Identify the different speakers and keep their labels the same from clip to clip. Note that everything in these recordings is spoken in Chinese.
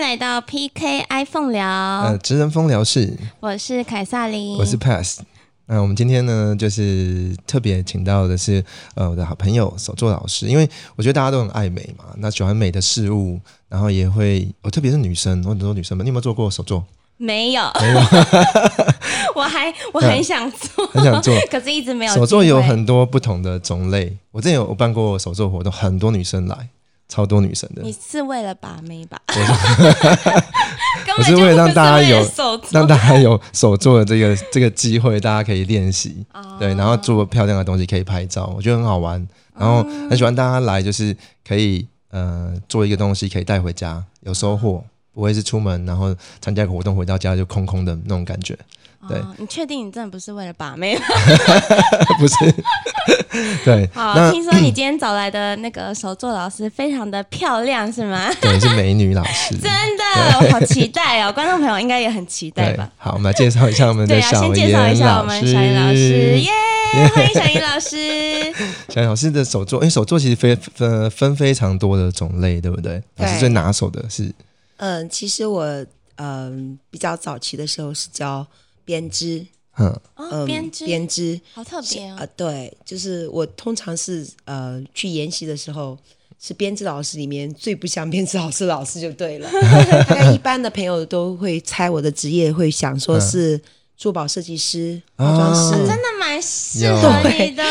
Speaker 1: 来到 PK iPhone 聊，
Speaker 2: 呃，职人风聊室，
Speaker 1: 我是凯撒琳，
Speaker 2: 我是 Pass。那我们今天呢，就是特别请到的是呃我的好朋友手作老师，因为我觉得大家都很爱美嘛，那喜欢美的事物，然后也会，哦、特别是女生，我很多女生们，你有没有做过手作？
Speaker 1: 没有，
Speaker 2: 没有，
Speaker 1: 我还我很想做，
Speaker 2: 很想做
Speaker 1: 可是一直没有
Speaker 2: 手作
Speaker 1: 机
Speaker 2: 有
Speaker 1: 会
Speaker 2: 很多不同的种类，我之前有办过手作活动，很多女生来，超多女生的
Speaker 1: 你。是为了把妹 吧？ 根
Speaker 2: 我
Speaker 1: 本
Speaker 2: 是
Speaker 1: 就
Speaker 2: 为了让
Speaker 1: 不是
Speaker 2: 大家
Speaker 1: 为了
Speaker 2: 有
Speaker 1: 手 哦作
Speaker 2: 让大家有手做的这个 这个机会，大家可以练习，
Speaker 1: 哦
Speaker 2: 对，然后做漂亮的东西可以拍照，我觉得很好玩。然
Speaker 1: 哦
Speaker 2: 后很喜欢大家来，就是可以呃做一个东西可以带回家，有收获，不会是出门然后参加个活动回到家就空空的那种感觉， 对
Speaker 1: 哦你确定你真的不是为了把妹吗？
Speaker 2: 不是？ 对，
Speaker 1: 好，
Speaker 2: 那
Speaker 1: 听说你今天找来的那个手作老师非常的漂亮，是 吗？
Speaker 2: 对是美女老师，
Speaker 1: 真的，我好期待哦！观众朋友应该也很期待
Speaker 2: 对
Speaker 1: 吧？，
Speaker 2: 好，我们来介绍一下我们
Speaker 1: 对
Speaker 2: 的
Speaker 1: 啊，先
Speaker 2: 小
Speaker 1: 介绍一
Speaker 2: 严
Speaker 1: 下我
Speaker 2: 老
Speaker 1: 们
Speaker 2: 师，
Speaker 1: 小怡老 师，耶、欢迎小怡老师。
Speaker 2: 小严老师的手作，因为手作其实非分分非常多的种类，对不对？老师
Speaker 3: 对
Speaker 2: 最拿手的是
Speaker 3: 嗯，其实我嗯比较早期的时候是教编织，
Speaker 2: 嗯
Speaker 3: 嗯
Speaker 1: 哦，，编织，
Speaker 3: 编织，
Speaker 1: 好特别
Speaker 3: 啊、
Speaker 1: 哦。
Speaker 3: 呃，对，就是我通常是呃去研习的时候。是编织老师里面最不像编织老师的老师就对了，大概一般的朋友都会猜我的职业，会想说是珠宝设计师、
Speaker 2: 嗯啊
Speaker 3: 化妆师，
Speaker 2: 真
Speaker 1: 真的蛮适合你 的，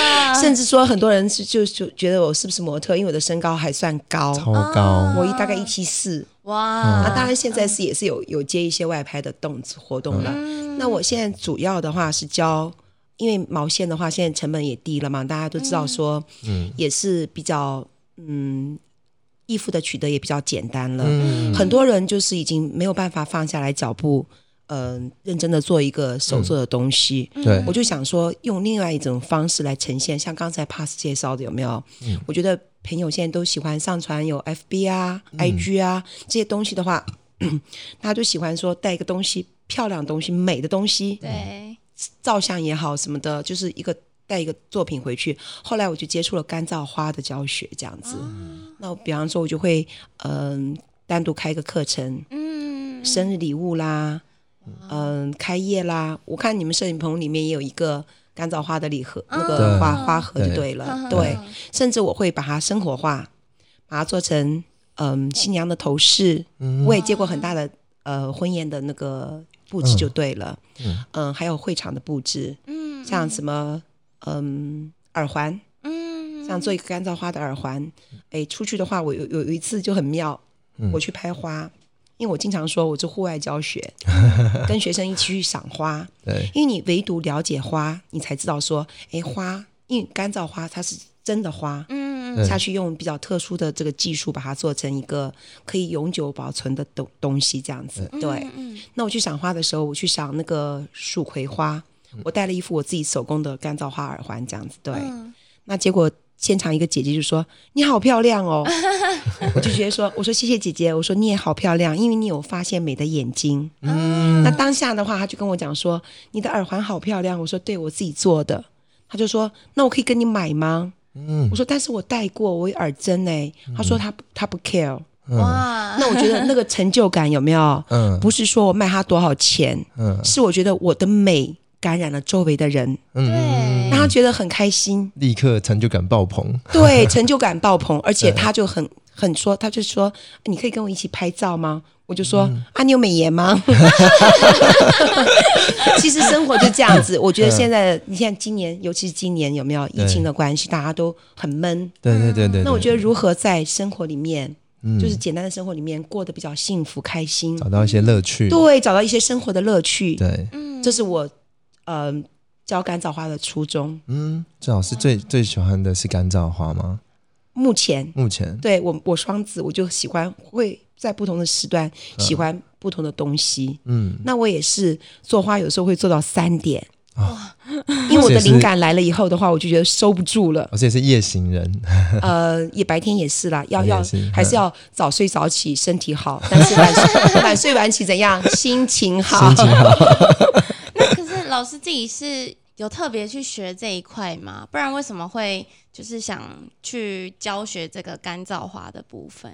Speaker 3: 甚至说很多人是就就觉得我是不是模特，因为我的身高还算高，
Speaker 2: 超高，
Speaker 3: 我一大概一七四，
Speaker 1: 哇！
Speaker 3: 那啊当然现在是也是有有接一些外拍的动作活动了。那我现在主要的话是教，因为毛线的话现在成本也低了嘛，大家都知道说，嗯，也是比较嗯，衣服的取得也比较简单了。
Speaker 2: 嗯，
Speaker 3: 很多人就是已经没有办法放下来脚步，嗯、认真的做一个手做的东西。
Speaker 2: 对
Speaker 3: 我，就想说，用另外一种方式来呈现，像刚才 Pass 介绍的，有没有？我觉得朋友现在都喜欢上传有 FB 啊、IG 啊这些东西的话， 大家就喜欢说带一个东西，漂亮的东西、美的东西，
Speaker 1: 对，
Speaker 3: 照相也好什么的，就是一个带一个作品回去。后来我就接触了干燥花的教学，这样子。那我比方说，我就会嗯、单独开一个课程，
Speaker 1: 嗯，
Speaker 3: 生日礼物啦，嗯、开业啦。我看你们摄影棚里面也有一个干燥花的礼盒，那
Speaker 2: 对
Speaker 3: 个花花盒就
Speaker 2: 对
Speaker 3: 对了。
Speaker 1: 嗯
Speaker 3: 对，甚至我会把它生活化，把它做成嗯、新娘的头饰。
Speaker 2: 嗯
Speaker 3: 我也接过很大的呃婚宴的那个布置就对了。嗯、还有会场的布置，
Speaker 1: 嗯
Speaker 3: 像什么嗯、耳环，
Speaker 1: 嗯，
Speaker 3: 像做一个干燥花的耳环。哎，出去的话，我有有有一次就很妙，我去拍花，因为我经常说我做户外教学，跟学生一起去赏花，
Speaker 2: 对，
Speaker 3: 因为你唯独了解花，你才知道说，哎，花，因为干燥花它是真的花。
Speaker 1: 嗯，
Speaker 2: 对
Speaker 3: 下去用比较特殊的这个技术，把它做成一个可以永久保存的东东西，这样子。对，
Speaker 1: 嗯，
Speaker 3: 那我去赏花的时候，我去赏那个蜀葵花，我带了一副我自己手工的干燥花耳环，这样子。对，
Speaker 1: 嗯
Speaker 3: 那结果现场一个姐姐就说：“你好漂亮哦！” 我就觉得说：“我说谢谢姐姐，我说你也好漂亮，因为你有发现美的眼睛。”嗯，那当下的话，她就跟我讲说：“你的耳环好漂亮。”我说：“对我自己做的。”她就说：“那我可以跟你买吗？”嗯，我说：“但是我戴过，我有耳针哎。”她说她不：“她不 care。
Speaker 1: 哇，
Speaker 3: 嗯那我觉得那个成就感有没有？
Speaker 2: 嗯
Speaker 3: 不是说我卖她多少钱，
Speaker 2: 嗯
Speaker 3: 是我觉得我的美感染了周围的人，
Speaker 2: 嗯，
Speaker 3: 让她觉得很开心。
Speaker 2: 立刻成就感爆棚，
Speaker 3: 对，成就感爆棚，而且他就很很说，他就说你可以跟我一起拍照吗？我就说、
Speaker 2: 嗯
Speaker 3: 啊，你有美颜吗？ 其实生活就这 样子。我觉
Speaker 2: 嗯
Speaker 3: 得现在，你像今年，尤其是今年有没有疫情的关系，大家都很闷。
Speaker 2: 对对对对，
Speaker 3: 嗯那我
Speaker 2: 对嗯
Speaker 3: 觉得如何在生活里面，就是简单的生活里面过得比较幸福开心，
Speaker 2: 找到一些乐趣，
Speaker 3: 对，找到一些生活的乐趣，
Speaker 2: 嗯对，
Speaker 3: 这是我嗯、呃教干燥花的初衷。
Speaker 2: 嗯，郑老师最最喜欢的是干燥花吗？
Speaker 3: 目前
Speaker 2: 目前
Speaker 3: 对我，我双子，我就喜欢会在不同的时段喜欢不同的东西。
Speaker 2: 嗯，
Speaker 3: 那我也是做花，有时候会做到三点。
Speaker 2: 啊
Speaker 3: 因为我的灵感来了以后的话，我就觉得收不 住了。
Speaker 2: 老师也哦是夜行人，
Speaker 3: 呃，也白天也是啦，要
Speaker 2: 白天
Speaker 3: 要
Speaker 2: 也是嗯
Speaker 3: 还是要早睡早起，身体好。但是晚睡晚睡晚起怎样？心情好。
Speaker 2: 心情 好，
Speaker 1: 那可是老师自己是有特别去学这一块吗？不然为什么会就是想去教学这个干燥花的部分？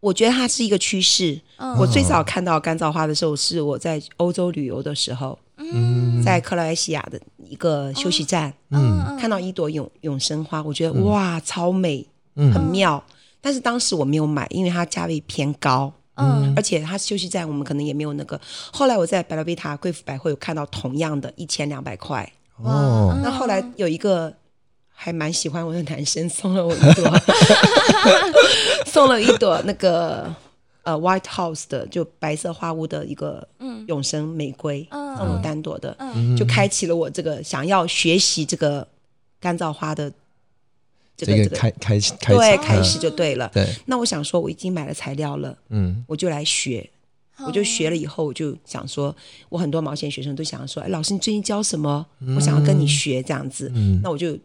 Speaker 3: 我觉得它是一个趋势。
Speaker 1: 嗯
Speaker 3: 我最早看到干燥花的时候，是我在欧洲旅游的时候，
Speaker 2: 嗯
Speaker 3: 在克罗埃西亚的一个休息站，
Speaker 1: 嗯
Speaker 3: 看到一朵永永生花，我觉得哇，超美，
Speaker 2: 嗯
Speaker 3: 很妙。但是当时我没有买，因为它价位偏高，
Speaker 1: 嗯
Speaker 3: 而且它休息站我们可能也没有那个。后来我在百乐贝塔贵妇百货有看到同样的，一千两百块。
Speaker 2: 哦，
Speaker 1: 嗯
Speaker 3: 那后来有一个还蛮喜欢我的男生送了我一朵， 送了一朵那个呃 White House 的就白色花屋的一个
Speaker 1: 嗯
Speaker 3: 永生玫瑰，
Speaker 1: 嗯
Speaker 3: 送我单朵的，
Speaker 1: 嗯
Speaker 3: 就开启了我这个想要学习这个干燥花的这个
Speaker 2: 这
Speaker 3: 这
Speaker 2: 个
Speaker 3: 个
Speaker 2: 开开始开
Speaker 3: 对
Speaker 2: 始
Speaker 3: 开
Speaker 2: 嗯
Speaker 3: 始就对了。
Speaker 2: 对，
Speaker 3: 那我想说，我已经买了材料了，
Speaker 2: 嗯
Speaker 3: 我就来学。嗯我就学了以后，我就想说，我很多毛线学生都想说，哎，老师你最近教什么？我想要跟你学这样子。
Speaker 2: 嗯
Speaker 3: 那我就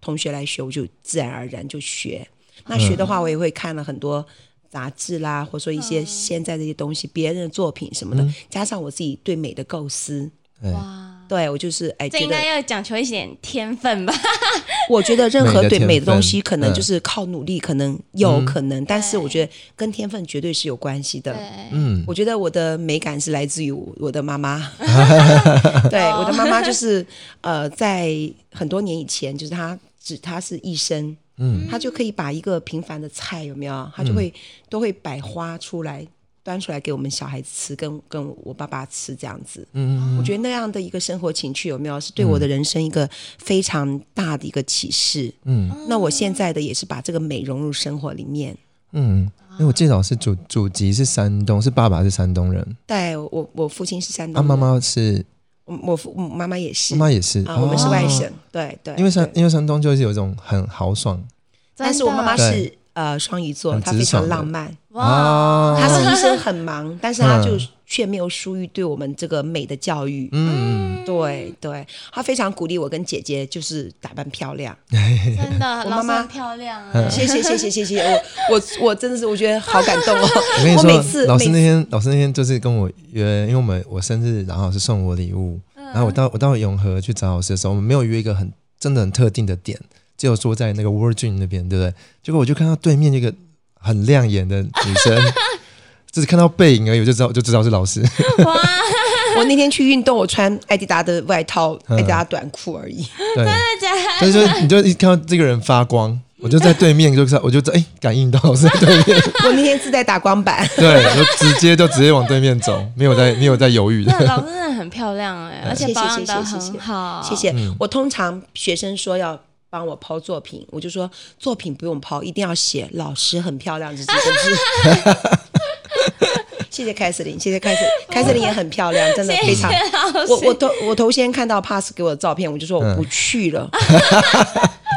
Speaker 3: 同学来学，我就自然而然就学。
Speaker 2: 嗯
Speaker 3: 那学的话，我也会看了很多杂志啦，或者说一
Speaker 1: 嗯
Speaker 3: 些现在这些东西，别人的作品什么的，加上我自己对美的构思，
Speaker 2: 嗯对，
Speaker 1: 哇，
Speaker 3: 对我就是哎，
Speaker 1: 这
Speaker 3: 觉
Speaker 1: 应
Speaker 3: 得
Speaker 1: 该要讲求一点天分 吧？
Speaker 3: 我觉得任何
Speaker 2: 美的
Speaker 3: 对
Speaker 2: 天
Speaker 3: 美的东
Speaker 2: 分
Speaker 3: 西，可能
Speaker 2: 嗯
Speaker 3: 就是靠努力，可能有
Speaker 2: 嗯
Speaker 3: 可能，但是我
Speaker 1: 对
Speaker 3: 觉得跟天分绝对是有关系的。
Speaker 1: 对，
Speaker 2: 嗯
Speaker 3: 我觉得我的美感是来自于我我的妈妈， 对，我的妈妈就是呃，在很多年以前，就是她只她是医生，
Speaker 2: 嗯，
Speaker 3: 她就可以把一个平凡的菜有没有，她就会、都会摆花出来端出来给我们小孩子吃，跟跟我爸爸吃这样子。
Speaker 2: 嗯
Speaker 3: 我觉得那样的一个生活情趣有没有，是对我的人生一个非常大的一个启示。
Speaker 2: 嗯
Speaker 3: 那我现在的也是把这个美融入生活里面。
Speaker 2: 嗯，
Speaker 3: 啊
Speaker 2: 因为我记得老师祖祖籍是山东，是爸爸是山东人，
Speaker 3: 对我，我父亲是山
Speaker 2: 啊，
Speaker 3: 东人，
Speaker 2: 妈妈是
Speaker 3: 我我父我妈妈也嗯是
Speaker 2: 妈，妈也是，
Speaker 3: 啊，我们是外
Speaker 2: 哦
Speaker 3: 省，对对，
Speaker 2: 因为山
Speaker 3: 对
Speaker 2: 因为山东就是有一种很豪爽
Speaker 3: 但是我妈妈
Speaker 2: 真的
Speaker 3: 是呃双鱼座，
Speaker 2: 很
Speaker 3: 她
Speaker 2: 直
Speaker 3: 非常
Speaker 2: 爽的
Speaker 3: 浪漫，
Speaker 1: 哇，
Speaker 2: 啊
Speaker 3: 她是
Speaker 2: 哦
Speaker 3: 一生很忙，但是她就
Speaker 2: 嗯
Speaker 3: 却没有疏于对我们这个美的教育。
Speaker 2: 嗯，
Speaker 3: 对对，她非常鼓励我跟姐姐就是打扮漂亮。
Speaker 1: 真的，
Speaker 3: 我
Speaker 1: 老
Speaker 3: 妈
Speaker 1: 师
Speaker 3: 妈嗯
Speaker 1: 很漂亮
Speaker 2: 嗯
Speaker 1: 哎，
Speaker 3: 谢谢谢谢谢谢，我我我真的是我觉得好感动哦。
Speaker 2: 我跟你
Speaker 3: 我每
Speaker 2: 说，
Speaker 3: 次
Speaker 2: 老师
Speaker 3: 每
Speaker 2: 那天老师那天就是跟我约，因为我们我生日，然后老师送我礼物，
Speaker 3: 嗯
Speaker 2: 然后我到我到永和去找老师的时候，我们没有约一个很真的很特定的点，只有说在那个 Virgin 那边，对不对？结果我就看到对面一个很亮眼的女生， 就是看到背影而已，我就知道我就知道是老 师。
Speaker 1: 哇，
Speaker 3: 我那天去运动，我穿艾迪达的外套、
Speaker 2: 嗯
Speaker 3: 艾迪达短裤而已。
Speaker 2: 对，
Speaker 1: 大家
Speaker 2: 所以说你就一看到这个人发 光，我就在对面，就是我就哎感应到老师在对面，
Speaker 3: 我那天是在打光板，
Speaker 2: 对，我就直接就直接往对面走，没有在没有在犹豫的
Speaker 1: 那。老师真的很漂亮哎，而
Speaker 3: 嗯谢
Speaker 1: 且
Speaker 3: 谢
Speaker 1: 保养
Speaker 3: 谢
Speaker 1: 的
Speaker 3: 谢谢
Speaker 1: 很
Speaker 3: 谢
Speaker 1: 好，
Speaker 3: 谢。谢。我通常学生说要帮我抛作品，我就说作品不用抛，一定要写“老师很漂亮”这几个字。 谢谢凯瑟琳，谢谢凯瑟，凯瑟琳也很漂亮，真的非常。
Speaker 1: 老
Speaker 3: 我我
Speaker 1: 师，
Speaker 3: 头我头先看到 Pass 给我的照片，我就说我不去了，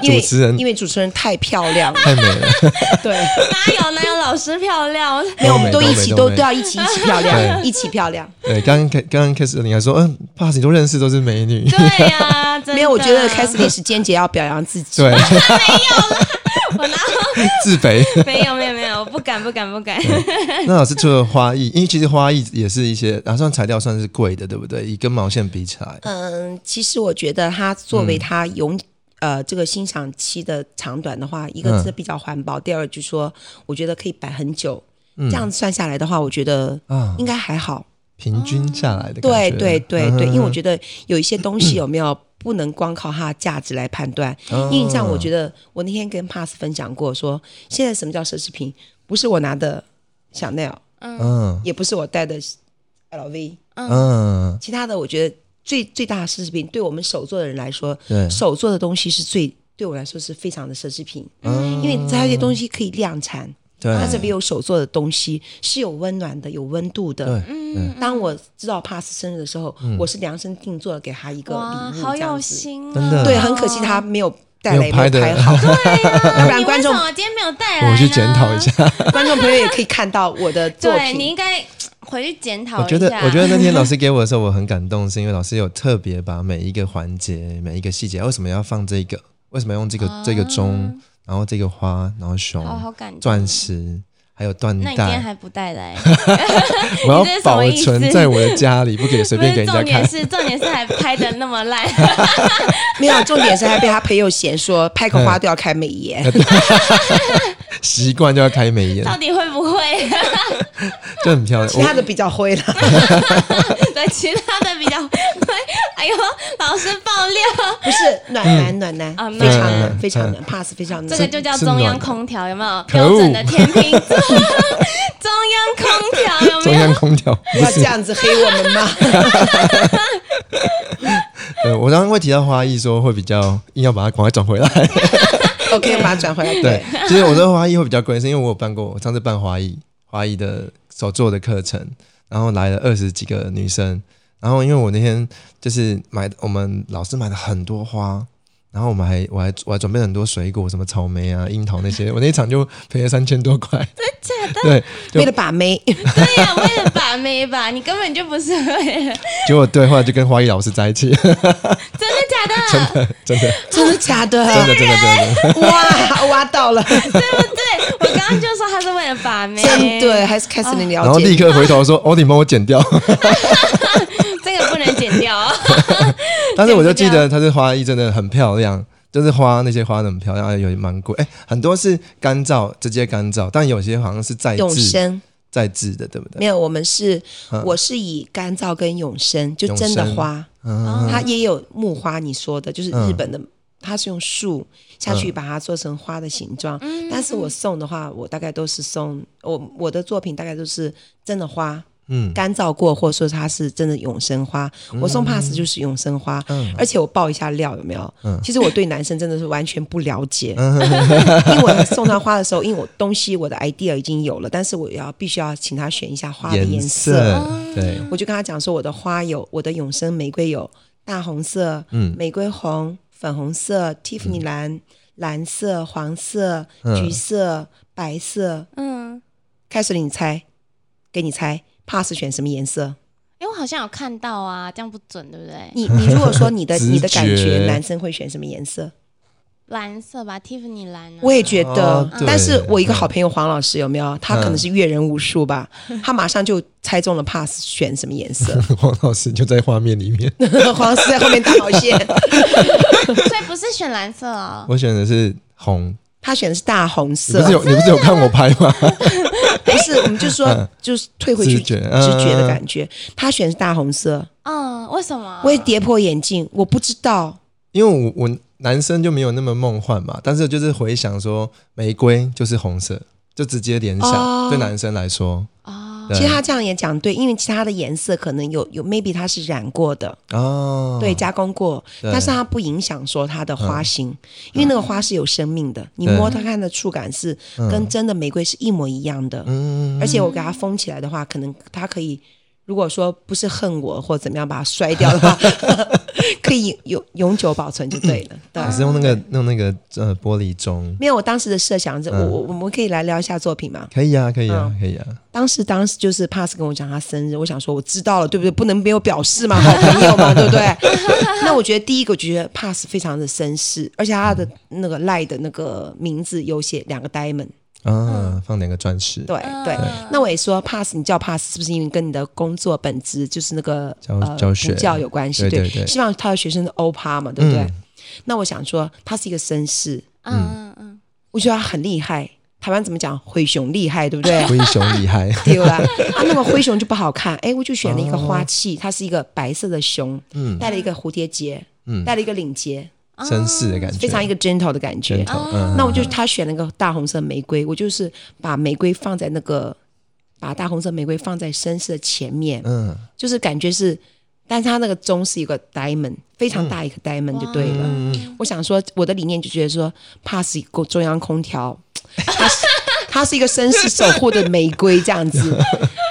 Speaker 3: 因为
Speaker 2: 主持人
Speaker 3: 因为主持人太漂亮了，
Speaker 2: 太美了，
Speaker 3: 对，
Speaker 1: 哪有哪有老师漂亮？
Speaker 3: 没有我们
Speaker 2: 都
Speaker 3: 都
Speaker 2: 美
Speaker 3: 一起
Speaker 2: 都
Speaker 3: 都
Speaker 2: 美
Speaker 3: 都要一起一起漂亮，一起漂亮。
Speaker 2: 对，刚刚开刚刚开始你还说，嗯，帕斯你都认识都是美女，
Speaker 1: 对呀，真的
Speaker 3: 没有，我觉得凯瑟琳是坚决要表扬自己，
Speaker 2: 对，没有 啦，我哪自卑？
Speaker 1: 没有没有没有，我不敢不敢不敢。
Speaker 2: 那老师除了花艺，因为其实花艺也是一些，然后算材料算是贵的，对不对？以跟毛线比起来，
Speaker 3: 嗯，其实我觉得它作
Speaker 2: 嗯
Speaker 3: 为它永、呃这个欣赏期的长短的话，一个
Speaker 2: 嗯
Speaker 3: 是比较环保，第二就是说我觉得可以摆很久。
Speaker 2: 嗯
Speaker 3: 这样算下来的话，我觉得
Speaker 2: 啊
Speaker 3: 应该还好。
Speaker 2: 平均下来的感
Speaker 3: 对
Speaker 2: 觉，
Speaker 3: 对对
Speaker 2: 嗯
Speaker 3: 对，因为我觉得有一些东西有没有不能光靠它的价值来判断，
Speaker 2: 哦
Speaker 3: 因为像我觉得我那天跟 Pass 分享过说，现在什么叫奢侈品？不是我拿的 Chanel，
Speaker 2: 嗯
Speaker 3: 也不是我戴的 LV，
Speaker 2: 嗯，
Speaker 3: 其他的我觉得最最大的奢侈品，对我们手做的人来说，
Speaker 2: 对
Speaker 3: 手做的东西是最对我来说是非常的奢侈品，
Speaker 1: 嗯
Speaker 3: 因为这些东西可以量产，
Speaker 2: 对
Speaker 3: 它这边有手做的东西是有温暖的、有温度的。
Speaker 2: 对，
Speaker 1: 嗯
Speaker 2: 嗯
Speaker 3: 当我知道 Pass 生日的时候，我是量身定做了给他一个
Speaker 1: 哇，
Speaker 3: 礼物，
Speaker 1: 好
Speaker 3: 这
Speaker 1: 有
Speaker 3: 样子。
Speaker 1: 心啊！
Speaker 2: 真的
Speaker 3: 对，很可惜他没有带来，
Speaker 2: 没有拍的
Speaker 3: 拍 好，要不然
Speaker 1: 你
Speaker 3: 观
Speaker 1: 为什
Speaker 3: 众
Speaker 1: 么今天没有带来？
Speaker 2: 嗯我去检讨一。下。
Speaker 3: 观众朋友也可以看到我的作
Speaker 1: 对你
Speaker 3: 品。
Speaker 1: 应该回去检讨一
Speaker 2: 我
Speaker 1: 下。
Speaker 2: 觉得，我觉得那天老师给我的时候，我很感动，是因为老师有特别把每一个环节、每一个细节，为什么要放这个，为什么要用这个、
Speaker 3: 啊
Speaker 2: 这个钟，然后这个花，然后熊，
Speaker 1: 好好感动
Speaker 2: 钻石，还有缎
Speaker 1: 那你今天
Speaker 2: 带，
Speaker 1: 还不带来？
Speaker 2: 我要
Speaker 1: 你这是什
Speaker 2: 保
Speaker 1: 么意思
Speaker 2: 存在我的家里，不可以随
Speaker 1: 不
Speaker 2: 便给
Speaker 1: 是
Speaker 2: 人家
Speaker 1: 重
Speaker 2: 看
Speaker 1: 点。是重点是还拍的那么 烂，
Speaker 3: 没有，重点是还被他朋友嫌说拍个花都要开美颜。
Speaker 2: 习惯就要开美颜，
Speaker 1: 到底会不会？
Speaker 2: 就很漂
Speaker 3: 其他
Speaker 2: 亮。
Speaker 3: 的比较灰了。
Speaker 1: 对，其他的比较 会。哎呦，老师爆料，
Speaker 3: 不是暖男，暖男
Speaker 1: 啊
Speaker 3: 非常
Speaker 2: 嗯
Speaker 3: 暖，非常暖，pass 非常
Speaker 1: 这个
Speaker 3: 暖。
Speaker 1: 就叫
Speaker 2: 是
Speaker 1: 中央
Speaker 2: 暖的
Speaker 1: 空调，有没有？
Speaker 2: 可
Speaker 1: 标
Speaker 2: 恶
Speaker 1: 准的天秤座，中央空调
Speaker 2: 我
Speaker 1: 有
Speaker 2: 中
Speaker 1: 没有？
Speaker 2: 央空调
Speaker 3: 不要这样子黑我们 吗？
Speaker 2: 对，呃我刚刚会提到花艺，说会比较硬要把它赶快转回来。
Speaker 3: 我可以把它转回来。
Speaker 2: 对，，其实我的花艺会比较贵，是因为我有办过，我上次办花艺，花艺的手做的课程，然后来了二十几个女生，然后因为我那天就是买我们老师买了很多花。然后我们还我 还我还准备了很多水果，什么草莓啊、樱桃那些，我那一场就赔了三千多块。真的？ 对，就
Speaker 3: 为了把妹，
Speaker 1: 对呀、为了把妹吧，你根本就不是 为了，
Speaker 2: 结果对，后来就跟花艺老师在一起，
Speaker 1: 真的假的？
Speaker 2: 真的，
Speaker 3: 真的假的？
Speaker 2: 真 的，真的，真的，
Speaker 3: 哇， 挖到了，
Speaker 1: 对不对？我刚刚就说他是为了把妹，
Speaker 3: 真的，还是开始能
Speaker 2: 然
Speaker 3: 了
Speaker 2: 后
Speaker 3: 解
Speaker 2: 立
Speaker 3: 你。
Speaker 2: 刻回头说：“哦，你帮我剪掉。”
Speaker 1: 这个不能剪掉哦。
Speaker 2: 但是我就记得它是花艺真的很漂亮，就是花那些花都很漂亮，而且有些蛮贵。哎、很多是干燥，直接干燥，但有些好像是再
Speaker 3: 永
Speaker 2: 制
Speaker 3: 生
Speaker 2: 再制的，对不对？
Speaker 3: 没有，我们是
Speaker 2: 嗯
Speaker 3: 我是以干燥跟永生，就
Speaker 2: 永
Speaker 3: 真的
Speaker 2: 生
Speaker 3: 花，
Speaker 2: 嗯，
Speaker 3: 它也有木花，你说的就是
Speaker 2: 嗯
Speaker 3: 日本的，它是用树下去把它做成花的形状。
Speaker 1: 嗯
Speaker 3: 但是我送的话，我大概都是送我我的作品大概都是真的花，
Speaker 2: 嗯
Speaker 3: 干燥过，或者说它是真的永生花。我送 pass 就是永生花，
Speaker 2: 嗯
Speaker 3: 而且我爆一下料有没有？其实我对男生真的是完全不了解，
Speaker 2: 嗯
Speaker 3: 因为我送他花的时候，因为我东西我的 idea 已经有了，但是我要必须要请他选一下花的
Speaker 2: 颜
Speaker 3: 颜啊
Speaker 2: 色对，
Speaker 3: 我就跟他讲说，我的花有我的永生玫瑰有大红色、
Speaker 2: 嗯
Speaker 3: 玫瑰红、粉红色、Tiffany 蓝、蓝色、黄色、
Speaker 2: 嗯
Speaker 3: 橘色、白色。
Speaker 1: 嗯，
Speaker 3: 开始你猜，给你猜，pass 选什么颜色？
Speaker 1: 哎、我好像有看到啊，这样不准，对不对？
Speaker 3: 你你如果说你的
Speaker 2: 直觉
Speaker 3: 你的感觉，男生会选什么颜色？
Speaker 1: 蓝色吧，Tiffany 蓝、啊。
Speaker 3: 我也觉得
Speaker 2: 哦，对嗯
Speaker 3: 但是我一个好朋友黄老师有没有？他可能是阅人无数吧，他马上就猜中了 pass 选什么颜色。
Speaker 2: 黄老师就在画面里面，
Speaker 3: 黄老师在后面打毛线，
Speaker 1: 所以不是选蓝色哦。
Speaker 2: 我选的是红。
Speaker 3: 他选的是大
Speaker 2: 你
Speaker 3: 红
Speaker 2: 不
Speaker 3: 色
Speaker 2: 是。有你不是有看我拍 吗？
Speaker 3: 不是，我们就说就是退回去
Speaker 2: 嗯直觉嗯
Speaker 3: 直觉的感觉。他选的是大红色，
Speaker 1: 嗯，为什么？
Speaker 3: 我也跌破眼镜，我不知道。
Speaker 2: 嗯因为我我男生就没有那么梦幻嘛，但是就是回想说玫瑰就是红色，就直接联想、
Speaker 3: 哦
Speaker 2: 对男生来说，
Speaker 1: 哦，
Speaker 2: 对
Speaker 3: 其实他这样也讲对，因为其他的颜色可能有有 maybe 它是染过的，
Speaker 2: 哦，
Speaker 3: 对，加工过，
Speaker 2: 对嗯
Speaker 3: 但是它不影响说它的花型，因为那个花是有生命的，你摸它看的触感是跟真的玫瑰是一模一样的。
Speaker 2: 嗯，
Speaker 3: 而且我给它封起来的话，可能它可以，如果说不是恨我或怎么样把它摔掉的话， 可以永永久保存就对了。 对。
Speaker 2: 你是用那个用那个呃玻璃钟，
Speaker 3: 没有，我当时的设想是，我
Speaker 2: 嗯
Speaker 3: 我我们可以来聊一下作品嘛。
Speaker 2: 可以啊，可以
Speaker 3: 嗯
Speaker 2: 啊，可以啊。
Speaker 3: 当时当时就是 Pass 跟我讲他生日，我想说我知道了，对不对？不能没有表示嘛，好朋友嘛，对不对？ 那我觉得第一个我觉得 Pass 非常的绅士，而且他的那个赖的那个名字有写两个 diamond，
Speaker 2: 啊，放两个钻石，
Speaker 3: 嗯对对。
Speaker 1: 嗯
Speaker 3: 那我也说 Pass，你叫 Pass 是不是因为跟你的工作本质就是那个
Speaker 2: 教
Speaker 3: 呃
Speaker 2: 教学
Speaker 3: 补教有关系？
Speaker 2: 对对对
Speaker 3: 希望他的学生是欧趴嘛，对不对？
Speaker 2: 嗯
Speaker 3: 那我想说他是一个绅士，
Speaker 1: 嗯嗯嗯，
Speaker 3: 我觉得他很厉害。台湾怎么讲？灰熊厉害，对不对？
Speaker 2: 灰熊厉 害，
Speaker 3: 丢啦，啊，那个灰熊就不好看，哎，我就选了一个花器，它是一个白色的熊，
Speaker 2: 哦嗯
Speaker 3: 戴了一个蝴蝶结，
Speaker 2: 嗯，
Speaker 3: 戴了一个领结，
Speaker 2: 绅士的感觉，
Speaker 3: 哦非常一哦个 gentle 的感觉
Speaker 2: gentle，。嗯，
Speaker 3: 那我就他选了个大红色玫瑰，我就是把玫瑰放在那个，把大红色玫瑰放在绅士的前面，
Speaker 2: 嗯
Speaker 3: 就是感觉是，但是它那个钟是一个 diamond，非常大一个 diamond 就对了。
Speaker 2: 嗯，
Speaker 3: 我想说，我的理念就觉得说，pass 中央空 调，它是它是一个绅士守护的玫瑰这 样子。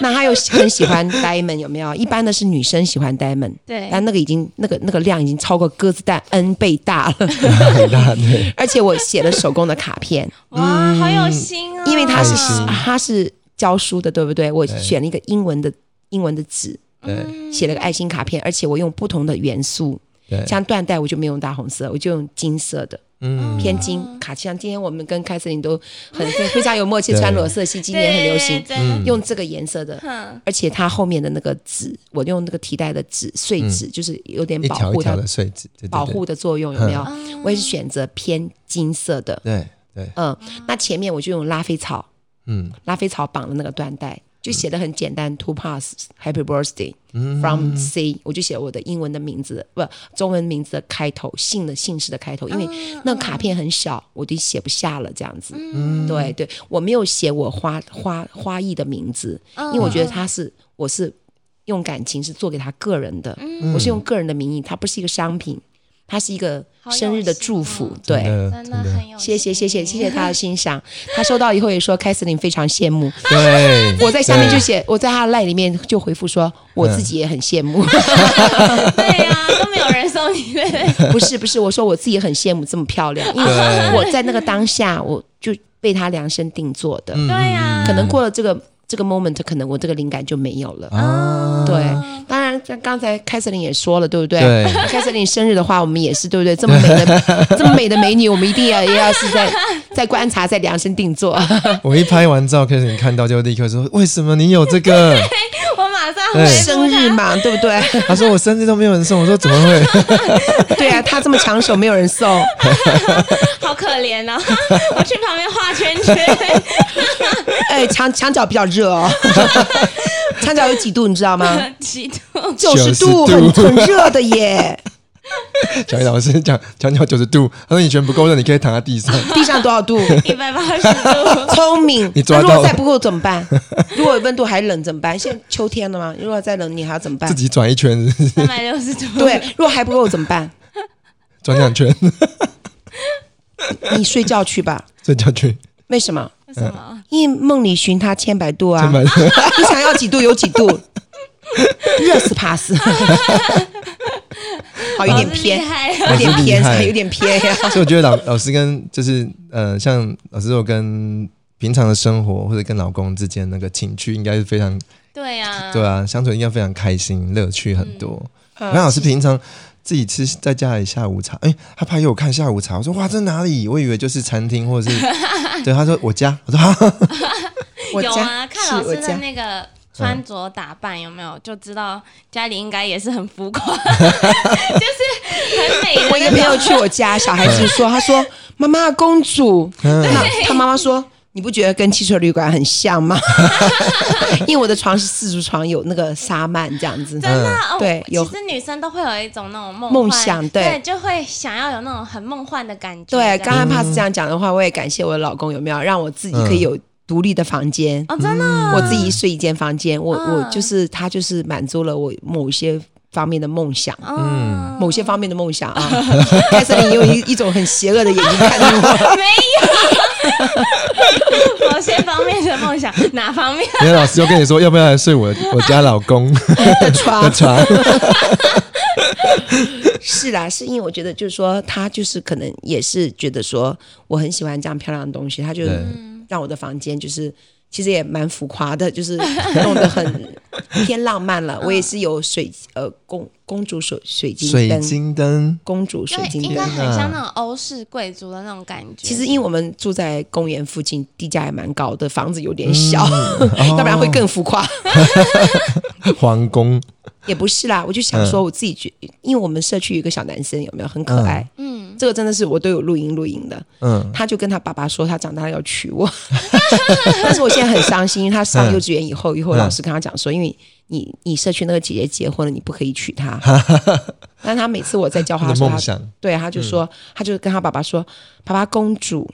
Speaker 3: 那他又很喜欢 diamond 有没有？一般的是女生喜欢 diamond，
Speaker 1: 对。
Speaker 3: 但那个已经那个那个量已经超过鸽子蛋 n 倍大 了。
Speaker 2: 很嗯 大对，
Speaker 3: 而且我写了手工的卡片，
Speaker 1: 哇，好有心哦！
Speaker 3: 嗯因为它是
Speaker 2: 开心
Speaker 3: 它是教书的，对不对？我
Speaker 2: 对
Speaker 3: 选了一个英文的英文的纸，
Speaker 2: 对
Speaker 3: 写了个爱心卡片，而且我用不同的元素，
Speaker 2: 对，
Speaker 3: 像缎带我就没用大红色，我就用金色的。
Speaker 2: 嗯
Speaker 3: 偏金卡其像今天我们跟凯瑟琳都很非非常有默契，穿裸色系今
Speaker 1: 对
Speaker 3: 年很流行，嗯
Speaker 1: 对嗯对对
Speaker 3: 用这个颜色的，
Speaker 1: 哼
Speaker 3: 而且它后面的那个纸，我用那个提袋的纸碎纸，就是有点
Speaker 2: 一
Speaker 3: 嗯
Speaker 2: 嗯
Speaker 3: 保
Speaker 2: 条一
Speaker 3: 护它
Speaker 2: 条的碎纸，对对对嗯
Speaker 1: 嗯
Speaker 3: 保护的作用有没有？我也是选择偏金色的，
Speaker 2: 对，对
Speaker 3: 嗯，那前面我就用拉菲草，
Speaker 2: 嗯
Speaker 3: 拉菲草绑的那个缎带，就写的很简单，Two Pass Happy Birthday
Speaker 2: 嗯
Speaker 3: from C，我就写我的英文的名字，不，中文名字的开头，姓的姓氏的开头，因为
Speaker 1: 啊嗯
Speaker 3: 那个卡片很小，我就写不下了，这样子。
Speaker 2: 嗯，
Speaker 3: 对对，我没有写我花花花艺的名字，
Speaker 1: 因
Speaker 3: 因为我觉得他是我是用感情是做给他个人的，我是用个人的名义，它不是一个商品，它是一个
Speaker 1: 好有
Speaker 3: 生日的
Speaker 1: 心
Speaker 3: 祝
Speaker 1: 哦
Speaker 3: 福，
Speaker 2: 真
Speaker 3: 对。
Speaker 2: 的
Speaker 1: 真的
Speaker 2: 真的，
Speaker 1: 很有
Speaker 3: 谢谢谢谢
Speaker 1: 心
Speaker 3: 谢谢他的欣赏，他收到以后也说凯瑟琳非常羡慕。
Speaker 2: 对，
Speaker 3: 我在下面就
Speaker 2: 对
Speaker 3: 写，我在他的 line 里面就回复说，我自
Speaker 2: 嗯
Speaker 3: 己也很羡慕。
Speaker 1: 对呀、都没有人送你，对对对
Speaker 3: 不是不是，我说我自己很羡慕这么漂亮，因为
Speaker 2: 对
Speaker 3: 我在那个当下我就被他量身定做的。
Speaker 2: 嗯
Speaker 1: 对呀
Speaker 3: 可能过了这个这个 moment，可能我这个灵感就没有了。
Speaker 2: 啊，
Speaker 3: 对，当然像刚才凯瑟琳也说了，对不对？
Speaker 2: 对
Speaker 3: 凯瑟琳生日的话，我们也是对不对？这么美 的这么美的美女，我们一定要也要是在在观察，在量身定做。
Speaker 2: 我一拍完照，开始你看到就立刻说：“为什么你有这个
Speaker 1: 我马上回
Speaker 2: 对
Speaker 1: 复
Speaker 3: 生日
Speaker 1: 他
Speaker 3: 嘛，对不对？？”
Speaker 2: 他说：“我生日都没有人送。”我说：“怎么会
Speaker 3: 对啊，她这么抢手，没有人送。
Speaker 1: 好可怜哦， 我去旁边画圈圈，
Speaker 3: 哎，墙墙角比较热 哦，墙角有几度你知道吗？
Speaker 1: 嫉妒。
Speaker 3: 九十
Speaker 2: 90度
Speaker 3: 度，很很热的耶。？”
Speaker 2: 小易老师讲讲到九十度，他说：“你全不够热，你可以躺在地 上。
Speaker 3: 地上多少度？
Speaker 1: 一百八十度，
Speaker 3: 聪明，
Speaker 2: 你抓
Speaker 3: 那如
Speaker 2: 到
Speaker 3: 果
Speaker 2: 了
Speaker 3: 再不够怎么办？如果温度还冷怎么办？现在秋天了嘛，如果再冷你还要怎么”办
Speaker 2: 自？己转一圈，是不是
Speaker 1: 三百六十度，
Speaker 3: 对，如果还不够怎么办？
Speaker 2: 转两圈，
Speaker 3: 你睡觉去吧。
Speaker 2: 睡觉去，
Speaker 3: 为什么？
Speaker 1: 为什么？
Speaker 3: 因为梦里寻他千百度啊
Speaker 2: 真！ 蛮
Speaker 3: 你想要几度有几度，热死 怕死。好，有点偏
Speaker 1: 老师厉，害啊
Speaker 3: 有
Speaker 1: 了，
Speaker 3: 点
Speaker 2: 厉害
Speaker 3: 偏，有点偏呀。
Speaker 2: 所以我觉得老老师跟就是呃，像老师我跟平常的生活或者跟老公之间那个情趣，应该是非常
Speaker 1: 对呀，
Speaker 2: 对啊，相处应该非常开心，乐趣很多。
Speaker 3: 嗯
Speaker 2: 那、老师平常自己吃在家里下午茶，哎、他拍给我看下午茶，我说哇，这哪里？我以为就是餐厅或者 是对，他说我家，我说哈，
Speaker 3: 我
Speaker 1: 有啊，
Speaker 3: 家
Speaker 1: 看老
Speaker 3: 是我
Speaker 1: 师的
Speaker 3: 家，嗯
Speaker 1: 那个穿着打扮有没有，就知道家里应该也是很浮夸， 就是很美的那种。
Speaker 3: 我一个朋友去我家，小孩子说，他说妈妈公主，
Speaker 2: 嗯，
Speaker 3: 那他妈妈说：“你不觉得跟汽车旅馆很像吗？”因为我的床是四足床，有那个纱幔这样子。
Speaker 1: 真的啊、哦，
Speaker 3: 对有
Speaker 1: 其实女生都会有一种那种梦
Speaker 3: 梦
Speaker 1: 幻
Speaker 3: 想
Speaker 1: 对
Speaker 3: 对
Speaker 1: 就会想要有那种很梦幻的感觉这
Speaker 3: 对
Speaker 1: 样。，
Speaker 3: 刚刚帕斯这样讲的话，我也感谢我的老公，有没有让我自己可以有独立的房间？
Speaker 1: 哦，真的哦、
Speaker 3: 我自己睡一间房间，我
Speaker 1: 嗯
Speaker 3: 我就是他就是满足了我某些方面的梦想。
Speaker 1: 嗯，
Speaker 3: 某些方面的梦想啊， 凯瑟琳用一一种很邪恶的眼睛看着 我。
Speaker 1: 没有 某些方面的梦想，哪方面？
Speaker 2: 因为老师就跟你说要不要来睡我我家老公
Speaker 3: 的床
Speaker 2: 的床，
Speaker 3: 是啦，是因为我觉得就是说，他就是可能也是觉得说，我很喜欢这样漂亮的东西，他就
Speaker 2: 对
Speaker 3: 让我的房间就是其实也蛮浮夸的，就是 弄得很偏浪漫了。我也是有水呃公公主水水晶
Speaker 2: 水
Speaker 3: 灯，
Speaker 2: 晶 灯，
Speaker 3: 公主
Speaker 1: 就
Speaker 3: 水晶
Speaker 1: 应该
Speaker 3: 灯。
Speaker 1: 很像那种欧式贵族的那种感觉。
Speaker 3: 其实，因为我们住在公园附近，地价也蛮高的，房子有
Speaker 2: 嗯
Speaker 3: 点小， 要
Speaker 2: 哦
Speaker 3: 不然会更浮夸。
Speaker 2: 皇宫，
Speaker 3: 也不是啦，我就
Speaker 2: 嗯
Speaker 3: 想说，我自己觉，因为我们社区有一个小男生，有没有很可爱？
Speaker 1: 嗯，
Speaker 3: 这个真的是我都有录音录音的。
Speaker 2: 嗯，
Speaker 3: 他就跟他爸爸说，他长大了要娶我。 但是我现在很伤心，因为他上幼稚园以后，以后
Speaker 2: 嗯
Speaker 3: 老师跟他讲说，因为你你社区那个姐姐结婚了，你不可以娶 她。但他每次我在教
Speaker 2: 他
Speaker 3: 他
Speaker 2: 的
Speaker 3: 说
Speaker 2: 梦
Speaker 3: 他，
Speaker 2: 想，嗯
Speaker 3: 对，他就说，他就跟他爸爸说，爸爸公主。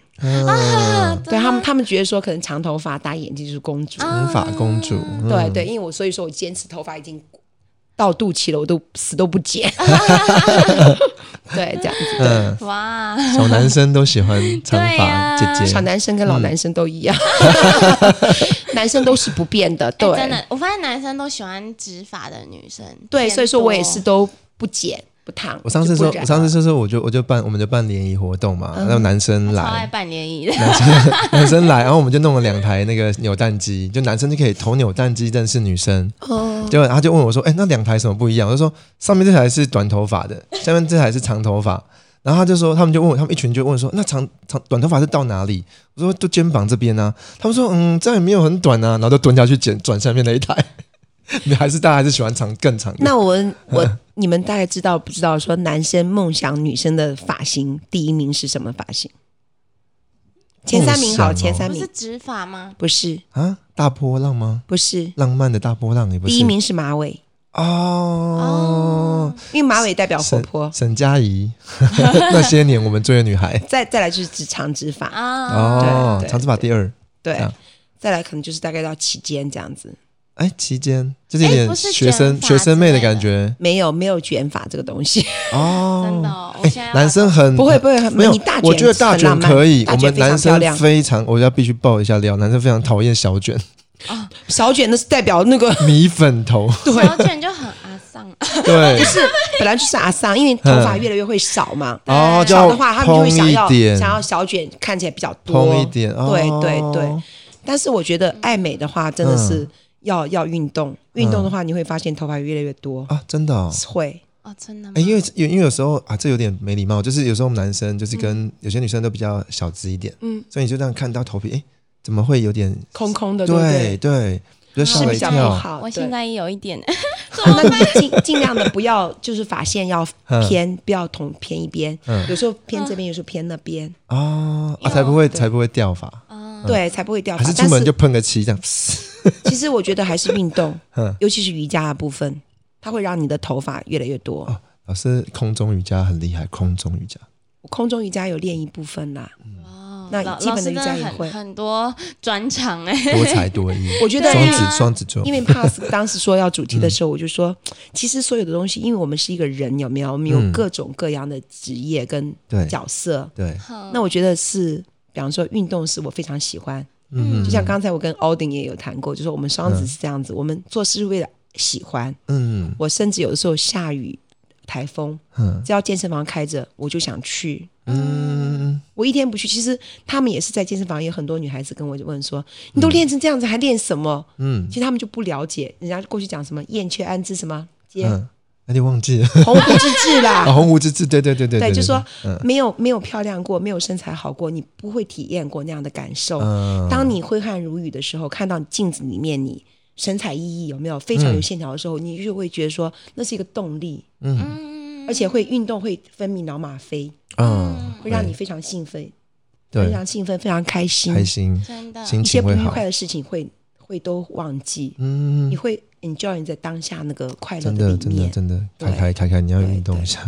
Speaker 1: 啊
Speaker 3: 对他们，他们觉得说可能长头发、大眼睛就是公主。
Speaker 1: 啊
Speaker 2: 红发公主，嗯
Speaker 3: 对对，因为我所以说我坚持头发已经到肚脐了，我都死都不 剪。 对，这样子。
Speaker 2: 嗯，
Speaker 1: 哇，
Speaker 2: 小男生都喜欢长
Speaker 1: 对
Speaker 2: 发
Speaker 1: 啊
Speaker 2: 姐
Speaker 3: 小
Speaker 2: 姐，
Speaker 3: 男生跟
Speaker 2: 嗯
Speaker 3: 老男生都一 样， 男生都是不变的，对，
Speaker 1: 哎真的，我发现男生都喜欢直发的女生。
Speaker 3: 对，
Speaker 1: 偏
Speaker 3: 所以说我也是
Speaker 1: 多
Speaker 3: 都不剪不烫。
Speaker 2: 我上次
Speaker 3: 就
Speaker 2: 说
Speaker 3: 不，染
Speaker 2: 我上次说说，我就我就办，我们就办联谊活动嘛，
Speaker 1: 嗯
Speaker 2: 然后男生
Speaker 1: 超爱
Speaker 2: 来，
Speaker 1: 办联谊的，
Speaker 2: 男生男生来，然后我们就弄了两台那个扭蛋机，就男生就可以投扭蛋机认识女生。
Speaker 3: 哦，
Speaker 2: 结果他就问我说：“哎、那两台什么不一样？”我就说：“上面这台是短头发的，下面这台是长头发。”然后他就说，他们就问我，他们一群就问说：“那长长短头发是到哪里？”我说：“就肩膀这边啊。”他们说：“嗯，这样也没有很短啊。”然后就蹲下去捡转下面那一台。 你还是大家还是喜欢长更长的。
Speaker 3: 那 我们我你们大概知道不知道说男生梦想女生的发型第一名是什么发型？前三名
Speaker 2: 梦想
Speaker 3: 好，
Speaker 2: 哦
Speaker 3: 前三
Speaker 1: 不是
Speaker 3: 名
Speaker 1: 指法吗？
Speaker 3: 不是
Speaker 2: 啊，大波浪吗？
Speaker 3: 不是，
Speaker 2: 浪漫的大波浪也不是
Speaker 3: 第一名是马尾，嗯
Speaker 2: 哦，
Speaker 3: 因为马尾代表活
Speaker 2: 沈
Speaker 3: 泼。
Speaker 2: 沈佳宜 那些年我们追的女孩
Speaker 3: 再再来就是直长直发，
Speaker 1: 啊，
Speaker 2: 哦
Speaker 3: 对，对
Speaker 2: 长头发第二，
Speaker 3: 对
Speaker 2: 这样，
Speaker 3: 再来可能就是大概到期间这样子，
Speaker 2: 哎，期间就是有
Speaker 1: 哎
Speaker 2: 点
Speaker 1: 不是
Speaker 2: 学生
Speaker 1: 卷发
Speaker 2: 学生妹
Speaker 1: 之
Speaker 2: 的
Speaker 1: 类的
Speaker 2: 感觉
Speaker 3: 没有没有卷发这个东西，
Speaker 2: 哦，
Speaker 1: 真的哦我
Speaker 2: 哎
Speaker 1: 现在要
Speaker 2: 男生很
Speaker 3: 不会不会，
Speaker 2: 嗯没有
Speaker 3: 你大，卷
Speaker 2: 我觉得大
Speaker 3: 很
Speaker 2: 卷
Speaker 3: 浪漫
Speaker 2: 可以，
Speaker 3: 大
Speaker 2: 我们
Speaker 3: 卷非
Speaker 2: 男
Speaker 3: 常漂
Speaker 2: 生
Speaker 3: 亮，
Speaker 2: 非常，我要必须爆一下料，男生非常讨厌小卷
Speaker 3: 小卷那是代表那个
Speaker 2: 米粉头，
Speaker 3: 对，
Speaker 1: 小卷就很阿丧，
Speaker 2: 对
Speaker 3: 就，是本来就是阿桑，因为头发越来越会少嘛，
Speaker 2: 哦，
Speaker 1: 对
Speaker 2: 嗯就要
Speaker 3: 少的呃话他们就
Speaker 2: 蓬
Speaker 3: 会想
Speaker 2: 一
Speaker 3: 要
Speaker 2: 点，
Speaker 3: 想要小卷看起来比较多
Speaker 2: 蓬一点，哦
Speaker 3: 对对对，但是我觉得爱美的话，真的是
Speaker 2: 嗯
Speaker 3: 要、要运动，运动的话你会发现头发越来越多，
Speaker 2: 啊，真的嗯哦。
Speaker 3: 会
Speaker 1: 哦，真的吗
Speaker 2: 哎，？因为有因为有时候啊，这有点没礼貌，就是有时候我们男生就是跟、
Speaker 3: 嗯
Speaker 2: 有些女生都比较小资一点，嗯
Speaker 1: 嗯，
Speaker 2: 所以你就这样看到头皮，哎，怎么会有点？
Speaker 3: 空空的，对不
Speaker 2: 对
Speaker 3: 对？啊
Speaker 2: 对，就吓
Speaker 3: 是
Speaker 2: 了
Speaker 3: 比
Speaker 2: 一
Speaker 3: 较不
Speaker 2: 跳。
Speaker 3: 好。
Speaker 1: 我
Speaker 3: 哦对
Speaker 1: 现在也有一点，
Speaker 3: 那你尽尽量的不要，就是发线要
Speaker 2: 嗯
Speaker 3: 偏，不要同偏一边
Speaker 2: 嗯，
Speaker 3: 有时候偏这边，有时候偏那边，
Speaker 2: 哦，啊，才不会才不会掉发，
Speaker 3: 对，才不会掉
Speaker 2: 嗯还
Speaker 3: 发
Speaker 2: 是。
Speaker 3: 啊但
Speaker 2: 出门就是喷个漆这样，
Speaker 3: 其实我觉得还是运动
Speaker 2: 嗯，
Speaker 3: 尤其是瑜伽的部分，它会让你的头发越来越多。
Speaker 2: 老师空中瑜伽很厉害，空中 瑜伽
Speaker 3: 我空中瑜伽有练一部分啦，
Speaker 1: 哦
Speaker 3: 那
Speaker 1: 老
Speaker 3: 基本
Speaker 1: 老
Speaker 3: 的
Speaker 1: 师真
Speaker 3: 瑜
Speaker 1: 的
Speaker 3: 伽也会
Speaker 1: 很很多专场哎，
Speaker 2: 多才多艺。
Speaker 3: 我觉得
Speaker 2: 双
Speaker 3: 因为
Speaker 2: 子双子座
Speaker 3: 因，为 Pass 当时说要主题的时候，
Speaker 2: 嗯
Speaker 3: 我就说，其实所有的东西，因为我们是一个人，有没有？我们有
Speaker 2: 嗯
Speaker 3: 各种各样的职业跟
Speaker 2: 对
Speaker 3: 角色。
Speaker 2: 对，
Speaker 1: 哼
Speaker 3: 那我觉得是，比方说运动是我非常喜欢，
Speaker 2: 嗯，
Speaker 3: 就像刚才我跟 Odin 也有谈过，就说我们双子是这样子，我们做事是为了喜欢。
Speaker 2: 嗯
Speaker 3: 我甚至有的时候下雨、台风，
Speaker 2: 嗯
Speaker 3: 只要健身房开着，我就想去。
Speaker 2: 嗯，
Speaker 3: 我一天不去，其实他们也是在健身房，有很多女孩子跟我问说：“你都练成这样子，还练什么？”
Speaker 2: 嗯
Speaker 3: 其实他们就不了解，人家过去讲什么“燕雀安知什么嗟，
Speaker 2: 嗯，那就忘记了
Speaker 3: 鸿鹄之志”
Speaker 2: 啊，
Speaker 3: 啦。
Speaker 2: 红无之志，对对 对对
Speaker 3: 对，
Speaker 2: 对，
Speaker 3: 就说
Speaker 2: 对嗯
Speaker 3: 没有没有漂亮过，没有身材好过，你不会体验过那样的感受。
Speaker 2: 嗯，
Speaker 3: 当你挥汗如雨的时候，看到镜子里面你神采奕奕，有没有非
Speaker 2: 嗯
Speaker 3: 常有线条的时候，你就会觉得说那是一个动力，
Speaker 1: 嗯
Speaker 3: 而且会运动会分泌脑吗啡，
Speaker 2: 嗯，
Speaker 3: 会让你非常兴奋，非
Speaker 2: 对
Speaker 3: 常兴奋，非常开心，嗯
Speaker 2: 开心，
Speaker 1: 真的
Speaker 2: 心
Speaker 3: 一些
Speaker 2: 情
Speaker 3: 不
Speaker 2: 会
Speaker 3: 愉
Speaker 2: 好
Speaker 3: 快，的事情会会都忘记，
Speaker 2: 嗯
Speaker 3: 你，会 enjoy 你在当下那个快乐
Speaker 2: 真的
Speaker 3: 里
Speaker 2: 真的
Speaker 3: 面。
Speaker 2: 真的，
Speaker 3: 对
Speaker 2: 凯凯凯凯，你要运动一下，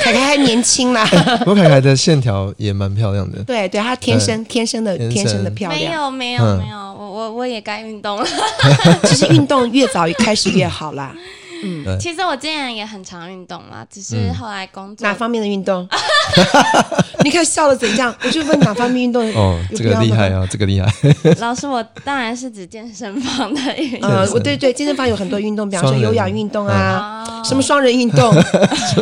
Speaker 3: 凯凯还年 轻啦，
Speaker 2: 不过凯凯的线条也蛮漂亮 的，
Speaker 3: 对对，她天生天生的
Speaker 2: 天生
Speaker 3: 天生的漂
Speaker 1: 没
Speaker 3: 亮。
Speaker 1: 有没有
Speaker 2: 嗯
Speaker 1: 没有，我我我也该运动了。
Speaker 3: 其实运动越早开始越好 啦。
Speaker 2: 嗯
Speaker 1: 其实我之前也很常运动啦，只是后来工作
Speaker 3: 哪方面的 运动？你看笑的怎样？我就问哪方面 运动？
Speaker 2: 哦，
Speaker 3: 有
Speaker 2: 这
Speaker 3: 必
Speaker 2: 个
Speaker 3: 要
Speaker 2: 厉
Speaker 3: 吗
Speaker 2: 害啊，这个厉害，
Speaker 1: 老师，我当然是指健身房的运动。
Speaker 3: 呃
Speaker 2: 健，身
Speaker 3: 我对对，健身房有很多运动，比方说
Speaker 2: 双人嗯
Speaker 3: 有氧运动啊，
Speaker 1: 哦
Speaker 3: 什么双人运 动，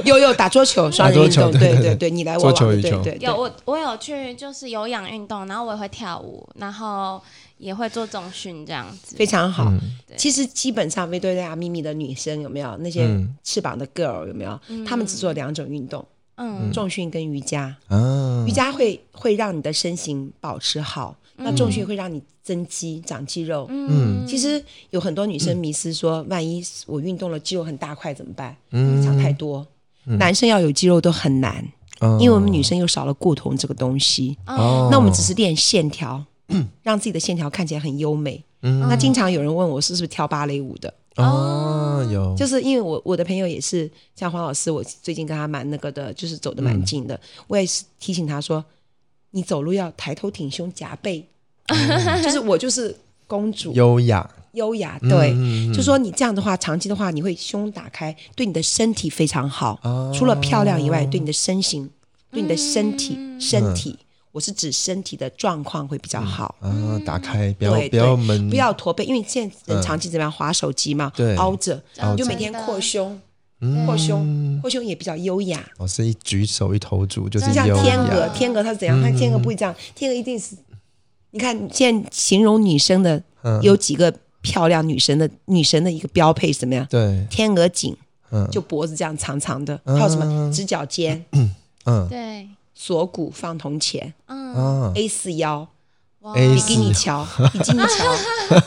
Speaker 3: 有有打桌球，双人运
Speaker 2: 打桌球
Speaker 3: 动，
Speaker 2: 对
Speaker 3: 对
Speaker 2: 对
Speaker 3: 对对，你来我往
Speaker 2: 桌球
Speaker 3: 的，
Speaker 2: 羽
Speaker 3: 对
Speaker 2: 球
Speaker 3: 对对
Speaker 1: 有。我，我有去就是有氧运动，然后我也会跳舞，然后也会做重训这样子。
Speaker 3: 非常
Speaker 2: 嗯
Speaker 3: 好。
Speaker 1: 对
Speaker 3: 其实基本上维多利亚秘密的女生有没有那些
Speaker 2: 嗯
Speaker 3: 翅膀的 girl 有没有？她们只做两种运动，
Speaker 1: 嗯，
Speaker 3: 重训跟瑜伽。
Speaker 2: 啊
Speaker 3: 瑜，伽会会让你的身形保持好，那重训会让你增肌长肌肉。
Speaker 1: 嗯
Speaker 3: 其实有很多女生迷失说，万一我运动了肌肉很大块怎么办？
Speaker 2: 嗯
Speaker 3: 长太多。男生要有肌肉都很难，
Speaker 2: 嗯
Speaker 3: 因为我们女生又少了固酮这个东西。
Speaker 1: 嗯
Speaker 2: 哦，
Speaker 3: 那我们只是练线条，让自己的线条看起来很优美。那经常有人问我是不是跳芭蕾舞的，
Speaker 2: 嗯哦有，
Speaker 3: 就是因为我我的朋友也是像黄老师，我最近跟他蛮那个的，就是走的
Speaker 2: 嗯
Speaker 3: 蛮近的。我也是提醒他说，你走路要抬头挺胸夹背， 就是我就是公主
Speaker 2: 嗯优雅，
Speaker 3: 优雅，对。
Speaker 2: 嗯
Speaker 3: 就说你这样的话，长期的话，你会胸打开，对你的身体非常好。
Speaker 2: 哦
Speaker 3: 除了漂亮以外，对你的身形、对你的身体、
Speaker 2: 嗯
Speaker 3: 身体，我是指身体的状况会比较好。
Speaker 2: 啊，打开，不要
Speaker 3: 嗯对
Speaker 2: 不要闷，
Speaker 3: 不要驼背，因为现在人长期怎么样，划手机嘛，
Speaker 2: 嗯对
Speaker 3: 凹着，
Speaker 1: 凹
Speaker 3: 你就
Speaker 1: 着
Speaker 3: 每天扩胸，
Speaker 2: 嗯
Speaker 3: 扩胸，扩胸也比较优雅。
Speaker 2: 老师一举手一投足就是
Speaker 3: 像
Speaker 2: 优
Speaker 3: 天鹅，
Speaker 2: 雅，嗯
Speaker 3: 天鹅它是怎样？它天鹅不会这样，天鹅一定是，你看现在形容女生的
Speaker 2: 嗯
Speaker 3: 有几个漂亮女神的女神的一个标配是怎么样？
Speaker 2: 对，
Speaker 3: 天鹅颈，
Speaker 2: 嗯
Speaker 3: 就脖子这样长长的，还有什么直角肩、
Speaker 2: 嗯
Speaker 1: 对，
Speaker 3: 锁骨放铜钱、
Speaker 1: 嗯，
Speaker 2: 啊
Speaker 3: A 四腰、
Speaker 1: 哇
Speaker 2: A
Speaker 3: 比基尼
Speaker 2: 四
Speaker 3: 桥、比基尼桥，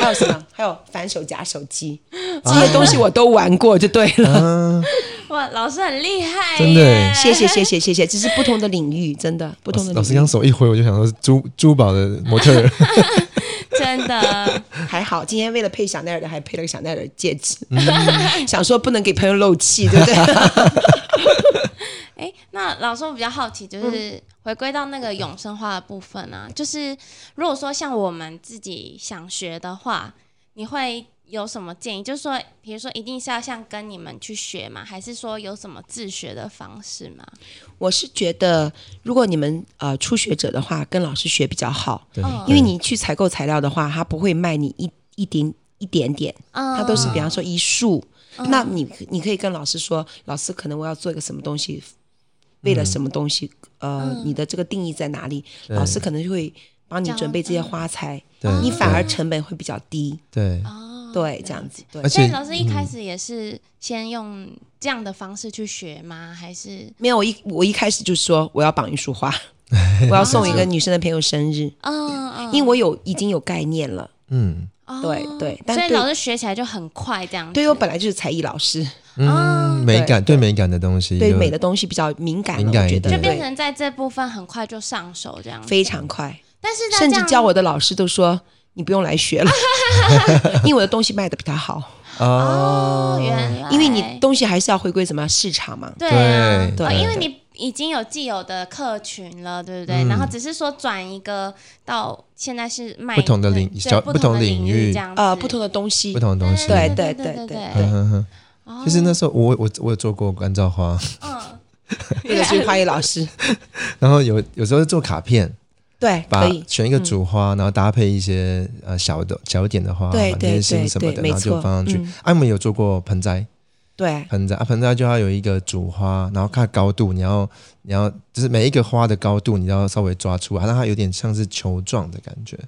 Speaker 3: 还
Speaker 2: 嗯
Speaker 3: 有什么？还有反手夹手机，这些东西我都玩过，就对了。
Speaker 1: 哇，老师很厉害耶，
Speaker 2: 真的耶
Speaker 3: 谢谢谢谢谢谢，只是不同的领域，真的不同的
Speaker 2: 老师
Speaker 3: 领
Speaker 2: 刚
Speaker 3: 域。
Speaker 2: 手一挥，我就想到是珠珠宝的模特 儿，
Speaker 1: 真的，
Speaker 3: 还好，今天为了配香奈儿的，还配了个香奈儿戒指，
Speaker 2: 嗯
Speaker 3: 想说不能给朋友漏气，对不 对？
Speaker 1: 哎、那老师我比较好奇，
Speaker 3: 嗯
Speaker 1: 就是回归到那个永生花的部分啊，就是如果说像我们自己想学的话，你会有什么建议？就是说，比如说一定是要像跟你们去学吗？还是说有什么自学的方式吗？
Speaker 3: 我是觉得，如果你们呃初学者的话，跟老师学比较好，
Speaker 2: 对
Speaker 1: 嗯，
Speaker 3: 因为你去采购材料的话，他不会卖你一一点一点点，
Speaker 1: 嗯，
Speaker 3: 他都是比方说一束。
Speaker 2: 嗯
Speaker 3: 那你你可以跟老师说，老师可能我要做一个什么东西，为了什么东西，呃，你的这个定义在哪里？
Speaker 2: 嗯对
Speaker 3: 老师可能就会帮你准备这些花材，
Speaker 2: 对嗯
Speaker 3: 你反而成本会比较低。
Speaker 2: 对，
Speaker 1: 哦，
Speaker 3: 对，这样子，对
Speaker 2: 而，
Speaker 1: 所以
Speaker 2: 且
Speaker 1: 老师一开始也是先用这样的方式去学吗？还是
Speaker 3: 没有我一我一开始就说我要绑一 束花，我要送一个女生的朋友生日，
Speaker 1: 嗯嗯，
Speaker 3: 因为我有已经有概念了。
Speaker 2: 嗯
Speaker 1: 哦
Speaker 3: 对对但
Speaker 1: 所以
Speaker 3: 对
Speaker 1: 老师学起来就很快这样子。
Speaker 3: 对我本来就是才艺老师，
Speaker 2: 嗯，美感对美感的东西，
Speaker 3: 啊对
Speaker 2: 就
Speaker 3: 美的东西比较敏感了，
Speaker 2: 敏感
Speaker 3: 我觉
Speaker 2: 一
Speaker 3: 得
Speaker 2: 点
Speaker 1: 就变
Speaker 3: 对，
Speaker 1: 成在这部分很快就上手这样子。
Speaker 3: 非常快，
Speaker 1: 但是那
Speaker 3: 甚
Speaker 1: 这
Speaker 3: 至
Speaker 1: 样
Speaker 3: 教我的老师都说你不用来 学了，因为我的东西卖的比他好，
Speaker 2: 啊
Speaker 1: 哦，原来
Speaker 3: 因为你东西还是要回归什么市场嘛。
Speaker 1: 对啊
Speaker 2: 对
Speaker 1: 哦
Speaker 3: 对
Speaker 1: 因为你已经有既有的客群了，对不
Speaker 3: 嗯
Speaker 1: 对？然后只是说转一个到现在是卖
Speaker 2: 不同的领
Speaker 1: 对
Speaker 2: 小
Speaker 1: 不
Speaker 2: 不同
Speaker 1: 的
Speaker 2: 领
Speaker 1: 领
Speaker 2: 域啊
Speaker 1: 这样
Speaker 3: 呃，
Speaker 1: 子
Speaker 3: 不同的东西
Speaker 2: 不，同的东西，
Speaker 3: 对
Speaker 1: 对
Speaker 3: 对
Speaker 1: 对对
Speaker 3: 对对
Speaker 1: 对
Speaker 3: 对，
Speaker 2: 嗯哼
Speaker 1: 哦
Speaker 2: 哼。其实那时候我我我有做过干燥花，
Speaker 1: 嗯
Speaker 3: 这个是花艺老 师，
Speaker 2: 然后有有时候做卡片，
Speaker 3: 对，可
Speaker 2: 把
Speaker 3: 以，嗯
Speaker 2: 选一个主花，然后搭配一些呃小的小一点的花，
Speaker 3: 对
Speaker 2: 把
Speaker 3: 对
Speaker 2: 贴心
Speaker 3: 对
Speaker 2: 什么
Speaker 3: 对
Speaker 2: 的，
Speaker 3: 没
Speaker 2: 然后就
Speaker 3: 错
Speaker 2: 放上去
Speaker 3: 嗯。
Speaker 2: 啊，我们有做过盆栽，
Speaker 3: 对
Speaker 2: 盆栽啊，盆栽就要有一个主花，然后看高度，你要你要就是每一个花的高度，你要稍微抓出来，让它有点像是球状的感觉。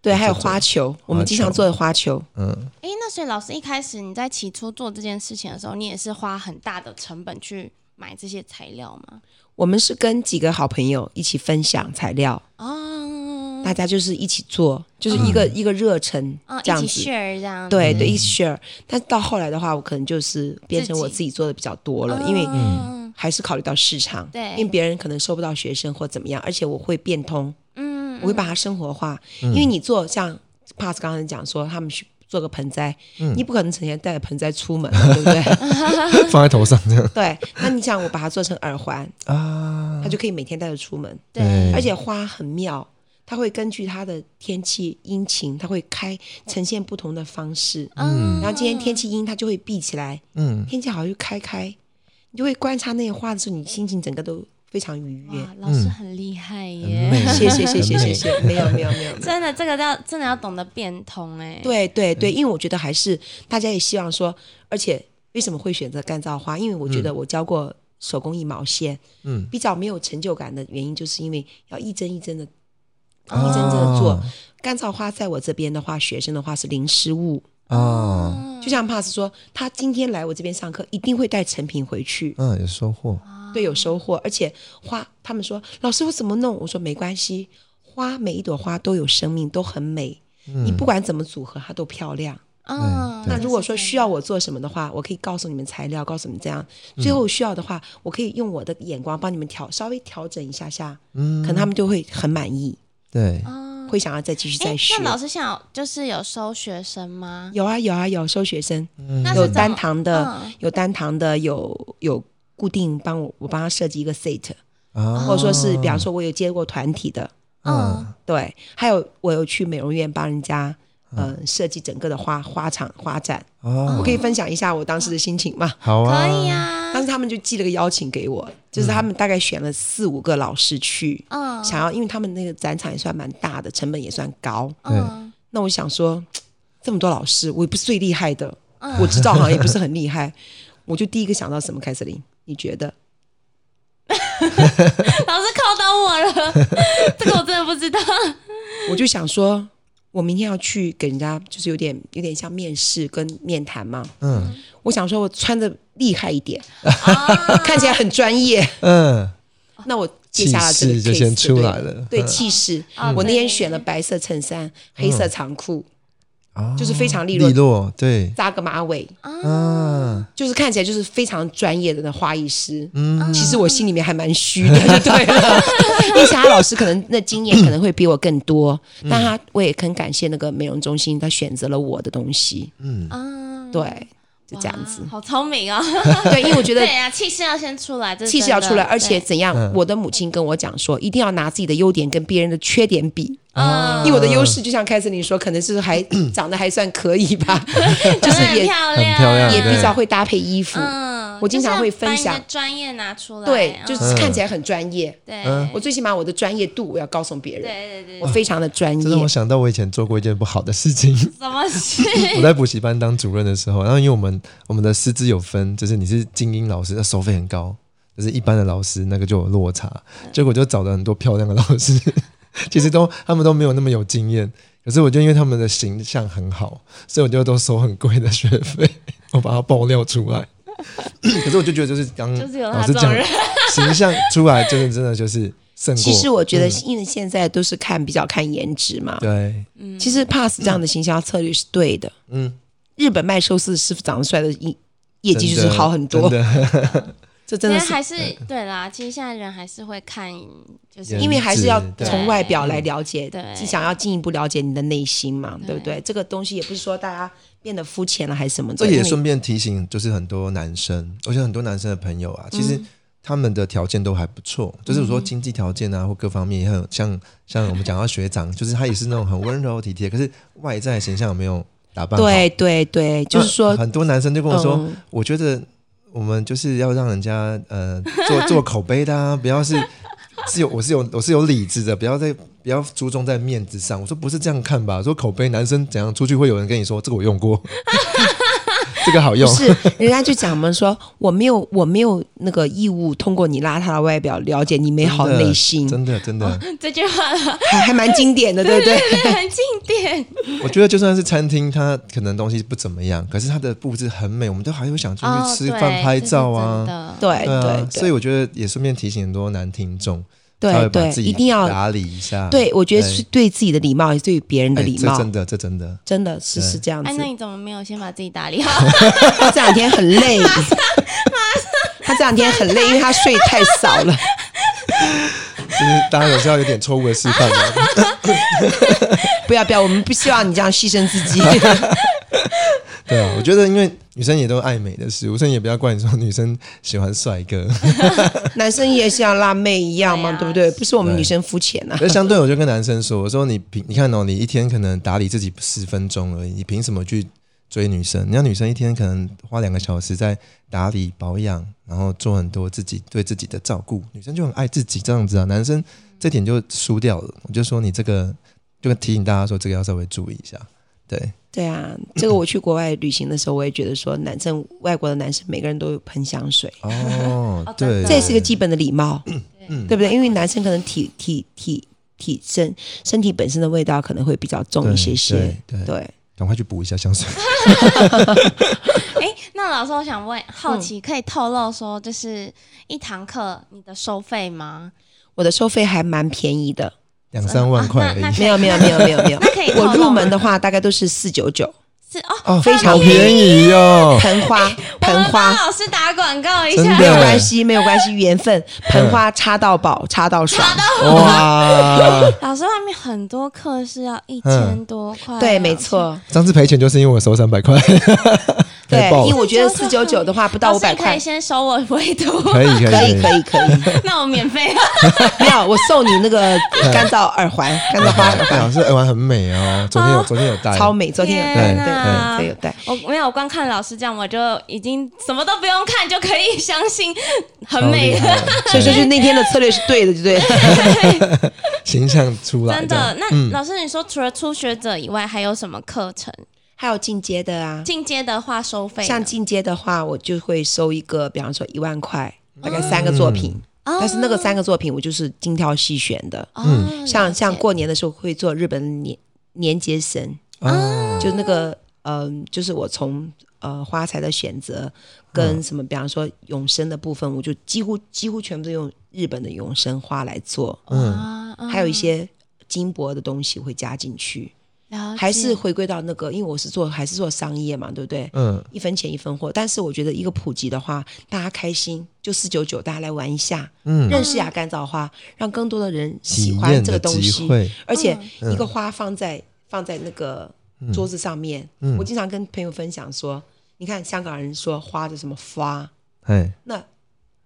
Speaker 3: 对，还有花球，我们经常做的花球，
Speaker 2: 嗯，
Speaker 1: 诶，那所以老师一开始你在起初做这件事情的时候，你也是花很大的成本去买这些材料吗？
Speaker 3: 我们是跟几个好朋友一起分享材料，
Speaker 1: 哦，
Speaker 3: 大家就是一起做，就是一个一个热忱
Speaker 1: 哦，
Speaker 3: 这样
Speaker 1: 一起
Speaker 3: 子。
Speaker 1: share 这样子，
Speaker 3: 对对，一起 share。但到后来的话，我可能就是变成我
Speaker 1: 自
Speaker 3: 自己做的比较多了，因为
Speaker 1: 嗯
Speaker 3: 还是考虑到市场，
Speaker 1: 对
Speaker 3: 因为别人可能收不到学生或怎么样，而且我会变通，
Speaker 1: 嗯，
Speaker 3: 我会把它生活化。因为你做像 Pass 刚才讲说，他们去做个盆栽，你不可能成天带着盆栽出门，对不对？
Speaker 2: 放在头上这样
Speaker 3: 对，那你想我把它做成耳环，
Speaker 2: 啊
Speaker 3: 它，就可以每天带着出门，
Speaker 1: 对，
Speaker 2: 嗯
Speaker 3: 而且花很妙。它会根据它的天气阴晴，它会开呈现不同的方式。
Speaker 1: 嗯
Speaker 3: 然后今天天气阴，它就会闭起来；
Speaker 2: 嗯，
Speaker 3: 天气好就开开，你就会观察那些花的时候，你心情整个都非常愉悦。
Speaker 1: 哇，老师很厉害耶！
Speaker 2: 很美
Speaker 3: 谢谢谢谢
Speaker 2: 很美
Speaker 3: 谢谢，没有没有没有。没有
Speaker 1: 真的，这个要真的要懂得变通哎、，
Speaker 3: 对对对，因为我觉得还是大家也希望说，而且为什么会选择干燥花？因为我觉得我教过手工艺毛线，
Speaker 2: 嗯，
Speaker 3: 比较没有成就感的原因，就是因为要一针一针的，
Speaker 2: 哦
Speaker 3: 一针一针的做。干燥花在我这边的话，学生的话是零失误，
Speaker 2: 哦，
Speaker 3: 就像帕斯说，他今天来我这边上课，一定会带成品回去。
Speaker 2: 嗯，有收获，
Speaker 1: 哦
Speaker 3: 对，有收获，而且花，他们说老师我怎么弄？我说没关系，花每一朵花都有生命，都很美。
Speaker 2: 嗯
Speaker 3: 你不管怎么组合，它都漂亮。
Speaker 1: 嗯，
Speaker 3: 那如果说需要我做什么的话，我可以告诉你们材料，告诉你们这样。最后需要的话，我可以用我的眼光帮你们调，稍微调整一下下，
Speaker 2: 嗯
Speaker 3: 可能他啊们就会很满意，
Speaker 2: 对，
Speaker 3: 会想要再继续
Speaker 1: 哎、
Speaker 3: 再学
Speaker 1: 那。老师想有就是有收学生吗？
Speaker 3: 有啊有啊有，收学生
Speaker 2: 嗯
Speaker 1: 那是
Speaker 3: 有
Speaker 1: 怎么
Speaker 3: 单堂的，
Speaker 1: 嗯
Speaker 3: 有单堂的，有有固定帮我我帮他设计一个 set，
Speaker 2: 啊，
Speaker 3: 或者说是比方说我有接过团体的，
Speaker 1: 嗯，
Speaker 3: 对，还有我有去美容院帮人家，呃，设计整个的花花场花展。我
Speaker 2: 哦，
Speaker 3: 可以分享一下我当时的心情吗？
Speaker 2: 好啊，
Speaker 1: 可以啊，
Speaker 3: 当时他们就寄了个邀请给我，就是他们大概选了四五个老师去，
Speaker 1: 嗯
Speaker 3: 想要，因为他们那个展场也算蛮大的，成本也算高。
Speaker 1: 嗯
Speaker 3: 那我想说，这么多老师，我也不是最厉害的，我知道好像也不是很厉害，我就第一个想到什么？凯瑟琳，你觉得？
Speaker 1: 老师考到我 了，这个我真的不知道。
Speaker 3: 我就想说，我明天要去给人家，就是有点有点像面试跟面谈嘛。
Speaker 2: 嗯
Speaker 3: 我想说，我穿的厉害一点，
Speaker 1: 啊
Speaker 3: 看起来很专业。
Speaker 2: 嗯，
Speaker 3: 那我接
Speaker 2: 气
Speaker 3: 下来这个
Speaker 2: 势
Speaker 3: case,
Speaker 2: 就先出来了，
Speaker 3: 对
Speaker 2: 嗯
Speaker 3: 气势
Speaker 1: 嗯。
Speaker 3: 我那天选了白色衬衫、黑色长裤，
Speaker 2: 哦
Speaker 3: 就是非常利
Speaker 2: 利
Speaker 3: 落
Speaker 2: 落，对
Speaker 3: 扎个马尾，
Speaker 2: 啊，
Speaker 3: 就是看起来就是非常专业的那花艺师。
Speaker 2: 嗯，
Speaker 3: 其实我心里面还蛮虚的， 就对了。因为霞老师可能那经验可能会比我更多，
Speaker 2: 嗯
Speaker 3: 但他我也很感谢那个美容中心，他选择了我的东西。
Speaker 2: 嗯
Speaker 1: 啊，
Speaker 3: 嗯对，就这样子
Speaker 1: 哇。好聪明哦。
Speaker 3: 对，因为我觉得
Speaker 1: 对呀、气势要先出来，这是
Speaker 3: 气势要
Speaker 1: 真的
Speaker 3: 出来，而且
Speaker 1: 对
Speaker 3: 怎样？
Speaker 2: 嗯
Speaker 3: 我的母亲跟我讲说，一定要拿自己的优点跟别人的缺点比。
Speaker 1: 嗯，
Speaker 3: 因为我的优势，就像凯瑟琳说，可能是还长得还算可 以吧，就是
Speaker 1: 很
Speaker 3: 也
Speaker 1: 漂亮，
Speaker 2: 很漂亮
Speaker 3: 也
Speaker 2: 嗯对
Speaker 3: 比较会搭配衣服，
Speaker 1: 嗯，
Speaker 3: 我经常会分
Speaker 1: 就是把
Speaker 3: 享
Speaker 1: 你的专业拿出来，
Speaker 3: 对，
Speaker 1: 嗯
Speaker 3: 就是看起来很专业。
Speaker 1: 对，
Speaker 2: 嗯
Speaker 3: 我最起码我的专业度我要告诉别
Speaker 1: 对
Speaker 3: 人，
Speaker 1: 对对
Speaker 3: 我非常的专
Speaker 2: 这让我
Speaker 3: 业。
Speaker 2: 想到我以前做过一件不好的 事情。
Speaker 1: 怎么是？
Speaker 2: 我在补习班当主任的时候，然后因为我们我们的师资有分，就是你是精英老师，那收费很高；就是一般的老师，那个就有落差。结果就找了很多漂亮的老师， 其实都他们都没有那么有经验，可是我就因为他们的形象很好，所以我就都收很贵的学费，我把它爆料出来。 可是我就觉得，就是刚
Speaker 1: 就是有他
Speaker 2: 老师
Speaker 1: 这
Speaker 2: 讲
Speaker 1: 种人
Speaker 2: 形象出来，真的真的就是胜过。嗯
Speaker 3: 其实我觉得，因为现在都是看比较看颜值嘛，
Speaker 2: 对，
Speaker 1: 嗯
Speaker 3: 其实 pass 这样的行销策略是对的。
Speaker 2: 嗯，
Speaker 3: 日本卖寿司师傅长得帅的业业绩就
Speaker 2: 真
Speaker 3: 是
Speaker 2: 的
Speaker 3: 好很多
Speaker 2: 真，的
Speaker 3: 这真
Speaker 1: 因
Speaker 3: 的
Speaker 1: 为
Speaker 3: 是
Speaker 1: 还是
Speaker 2: 嗯
Speaker 1: 对啦，其实现在人还是会看，就是
Speaker 2: 颜
Speaker 3: 因为还是要
Speaker 2: 对
Speaker 3: 从外表来了解
Speaker 1: 对，对
Speaker 3: 你想要进一步了解你的内心嘛，
Speaker 1: 对
Speaker 3: 对不对？这个东西也不是说大家变得肤浅了还是什么的，
Speaker 2: 这也
Speaker 3: 因为
Speaker 2: 顺便提醒，就是很多男生，而且很多男生的朋友啊，
Speaker 3: 嗯
Speaker 2: 其实他们的条件都还不错，就是我说经济条件啊或各方面也很有像像我们讲到学长，就是他也是那种很温柔体贴，可是外在形象有没有打扮好？
Speaker 3: 对对对，就是说
Speaker 2: 那呃很多男生就跟我说，
Speaker 3: 嗯
Speaker 2: 我觉得我们就是要让人家呃做 做口碑的、啊，不要是是有我是有我是有理智的，不要再不要注重在面子上。我说不是这样看吧，说口碑男生怎样出去会有人跟你说这个我用 过，这个好
Speaker 3: 不
Speaker 2: 用，
Speaker 3: 是人家就讲嘛，说我没有我没有那个义务通过你邋遢的外表了解你美好的内心，哦
Speaker 2: 真的真的。
Speaker 1: 这句话
Speaker 3: 还还蛮经典的，对不对？
Speaker 1: 很经典，
Speaker 2: 我觉得就算是餐厅，它可能东西不怎么样，可是它的布置很美，我们都还会想出
Speaker 1: 哦
Speaker 2: 去吃
Speaker 1: 对
Speaker 2: 饭拍照
Speaker 1: 这是真
Speaker 2: 啊。
Speaker 1: 的
Speaker 3: 对
Speaker 2: 对啊，所以
Speaker 3: 对
Speaker 2: 我觉得也顺便提醒很多男听众，稍微
Speaker 3: 对
Speaker 2: 把
Speaker 3: 对
Speaker 2: 自
Speaker 3: 对，
Speaker 2: 己
Speaker 3: 一定要
Speaker 2: 打理一下。
Speaker 3: 对，我觉得
Speaker 2: 对
Speaker 3: 是对自己的礼貌，也是对别人的
Speaker 2: 哎
Speaker 3: 礼貌
Speaker 2: 这，真的，这真的。
Speaker 3: 真的是
Speaker 2: 对
Speaker 3: 是这样
Speaker 1: 哎，
Speaker 3: 子
Speaker 1: 那。你怎么没有先把自己打理好？
Speaker 3: 他这两天很 累， 他这两天很累，因为他睡太少了。
Speaker 2: 就是大家有时候有点错误的示范 嘛。
Speaker 3: 不要不要，我们不希望你这样牺牲自 己。
Speaker 2: 对啊，我觉得因为女生也都爱美的事物，所以也不要怪你说女生喜欢帅哥。
Speaker 3: 男生也是要辣妹一样嘛，
Speaker 1: 对啊
Speaker 3: 对不对？不是我们女生肤浅啊呐、
Speaker 2: 可是相对，我就跟男生说，我说你凭你看哦，你一天可能打理自己十分钟而已，你凭什么去追女生？你看女生一天可能花两个小时在打理保养，然后做很多自己对自己的照顾，女生就很爱自己这样子啊。男生这点就输掉了。我就说你这个，就提醒大家说这个要稍微注意一下。对，
Speaker 3: 对啊，这个我去国外旅行的时候，我也觉得说，男生外国的男生每个人都有喷香水，
Speaker 2: 哦
Speaker 1: 哦，真
Speaker 2: 对，
Speaker 1: 的
Speaker 3: 这也是个基本的礼貌，
Speaker 2: 嗯
Speaker 3: 对不对？因为男生可能体体体体身身体本身的味道可能会比较重一些些，
Speaker 2: 对对
Speaker 3: 对。
Speaker 2: 对赶快去补一下香水。
Speaker 1: 哎，那老师，我想问，好
Speaker 2: 嗯
Speaker 1: 奇可以透露说，就是一堂课你的收费吗？
Speaker 3: 我的收费还蛮便宜的，
Speaker 2: 两三万块而已
Speaker 1: 啊那那
Speaker 3: 没有没有没有没有没有
Speaker 1: 那，可以透露吗
Speaker 3: 我入门的话大概都是四九九，
Speaker 1: 是哦，
Speaker 2: 哦，
Speaker 3: 非
Speaker 2: 好
Speaker 3: 常
Speaker 2: 便宜哦。
Speaker 3: 盆花
Speaker 1: 我
Speaker 3: 盆
Speaker 1: 们
Speaker 3: 花
Speaker 1: 帮。老师打广告一
Speaker 2: 真
Speaker 1: 下
Speaker 2: 的，
Speaker 3: 没有关系，没有关系，缘分，盆花插到饱，插到爽。
Speaker 2: 哇，
Speaker 1: 老师外面很多课是要
Speaker 2: 嗯
Speaker 1: 一千多块，啊
Speaker 3: 对，没。错，
Speaker 2: 上次赔钱就是因为我收三百块，
Speaker 3: 对
Speaker 2: 太爆，了
Speaker 3: 因为我觉得四九九的话不到
Speaker 1: 老
Speaker 3: 五
Speaker 1: 师
Speaker 3: 百
Speaker 1: 你可
Speaker 3: 块
Speaker 1: 以，先收我微读，
Speaker 2: 可以可
Speaker 3: 可
Speaker 2: 以
Speaker 3: 以可以可以，
Speaker 1: 那我免费。啊
Speaker 3: 没有，我送你那个干燥耳环，干燥花耳
Speaker 2: 哎
Speaker 3: 环，
Speaker 2: 老师耳环很美哦，昨天有昨天有戴，
Speaker 3: 超美，昨天啊有戴，
Speaker 1: 天哪
Speaker 3: 对对有戴。
Speaker 1: 我没有，光看老师这样，我就已经什么都不用看就可以 相信很
Speaker 2: 超
Speaker 1: 美了，
Speaker 2: 厉害，
Speaker 3: 所以说，就
Speaker 2: 对
Speaker 3: 那天的策略是对的，就对了。
Speaker 2: 形象出来
Speaker 1: 真的。
Speaker 2: 的。
Speaker 1: 那、老师，你说除了初学者以外，还有什么课程？
Speaker 3: 还有进阶的啊，
Speaker 1: 进阶的话收费呢，
Speaker 3: 像进阶的话，我就会收一个，比方说一万块，大概三个作品，
Speaker 1: 哦，
Speaker 3: 但是那个三个作品我就是精挑细选的。
Speaker 1: 嗯
Speaker 3: 像像过年的时候会做日本年年节神，
Speaker 2: 啊，
Speaker 3: 就是那个嗯、就是我从呃花材的选择跟
Speaker 2: 嗯
Speaker 3: 什么，比方说永生的部分，我就几乎几乎全部都用日本的永生花来做，
Speaker 1: 嗯
Speaker 2: 嗯，
Speaker 1: 嗯
Speaker 3: 还有一些金箔的东西会加进去。
Speaker 2: 哦
Speaker 1: 了解
Speaker 3: 还是回归到那个，因为我是做还是做商业嘛，对不对？
Speaker 2: 嗯，
Speaker 3: 一分钱一分货，但是我觉得一个普及的话，大家开心就四九九，大家来玩一下，
Speaker 2: 嗯
Speaker 3: 认识一下干燥花，让更多的人喜
Speaker 2: 体
Speaker 3: 欢
Speaker 2: 验
Speaker 3: 这个
Speaker 2: 的
Speaker 3: 东
Speaker 2: 机
Speaker 3: 西。
Speaker 2: 会，
Speaker 3: 而且
Speaker 2: 嗯
Speaker 3: 一个花放在、放在那个桌子上面，
Speaker 2: 嗯
Speaker 3: 我经常跟朋友分享说，你看香港人说花的什么花，
Speaker 2: 哎，
Speaker 3: 那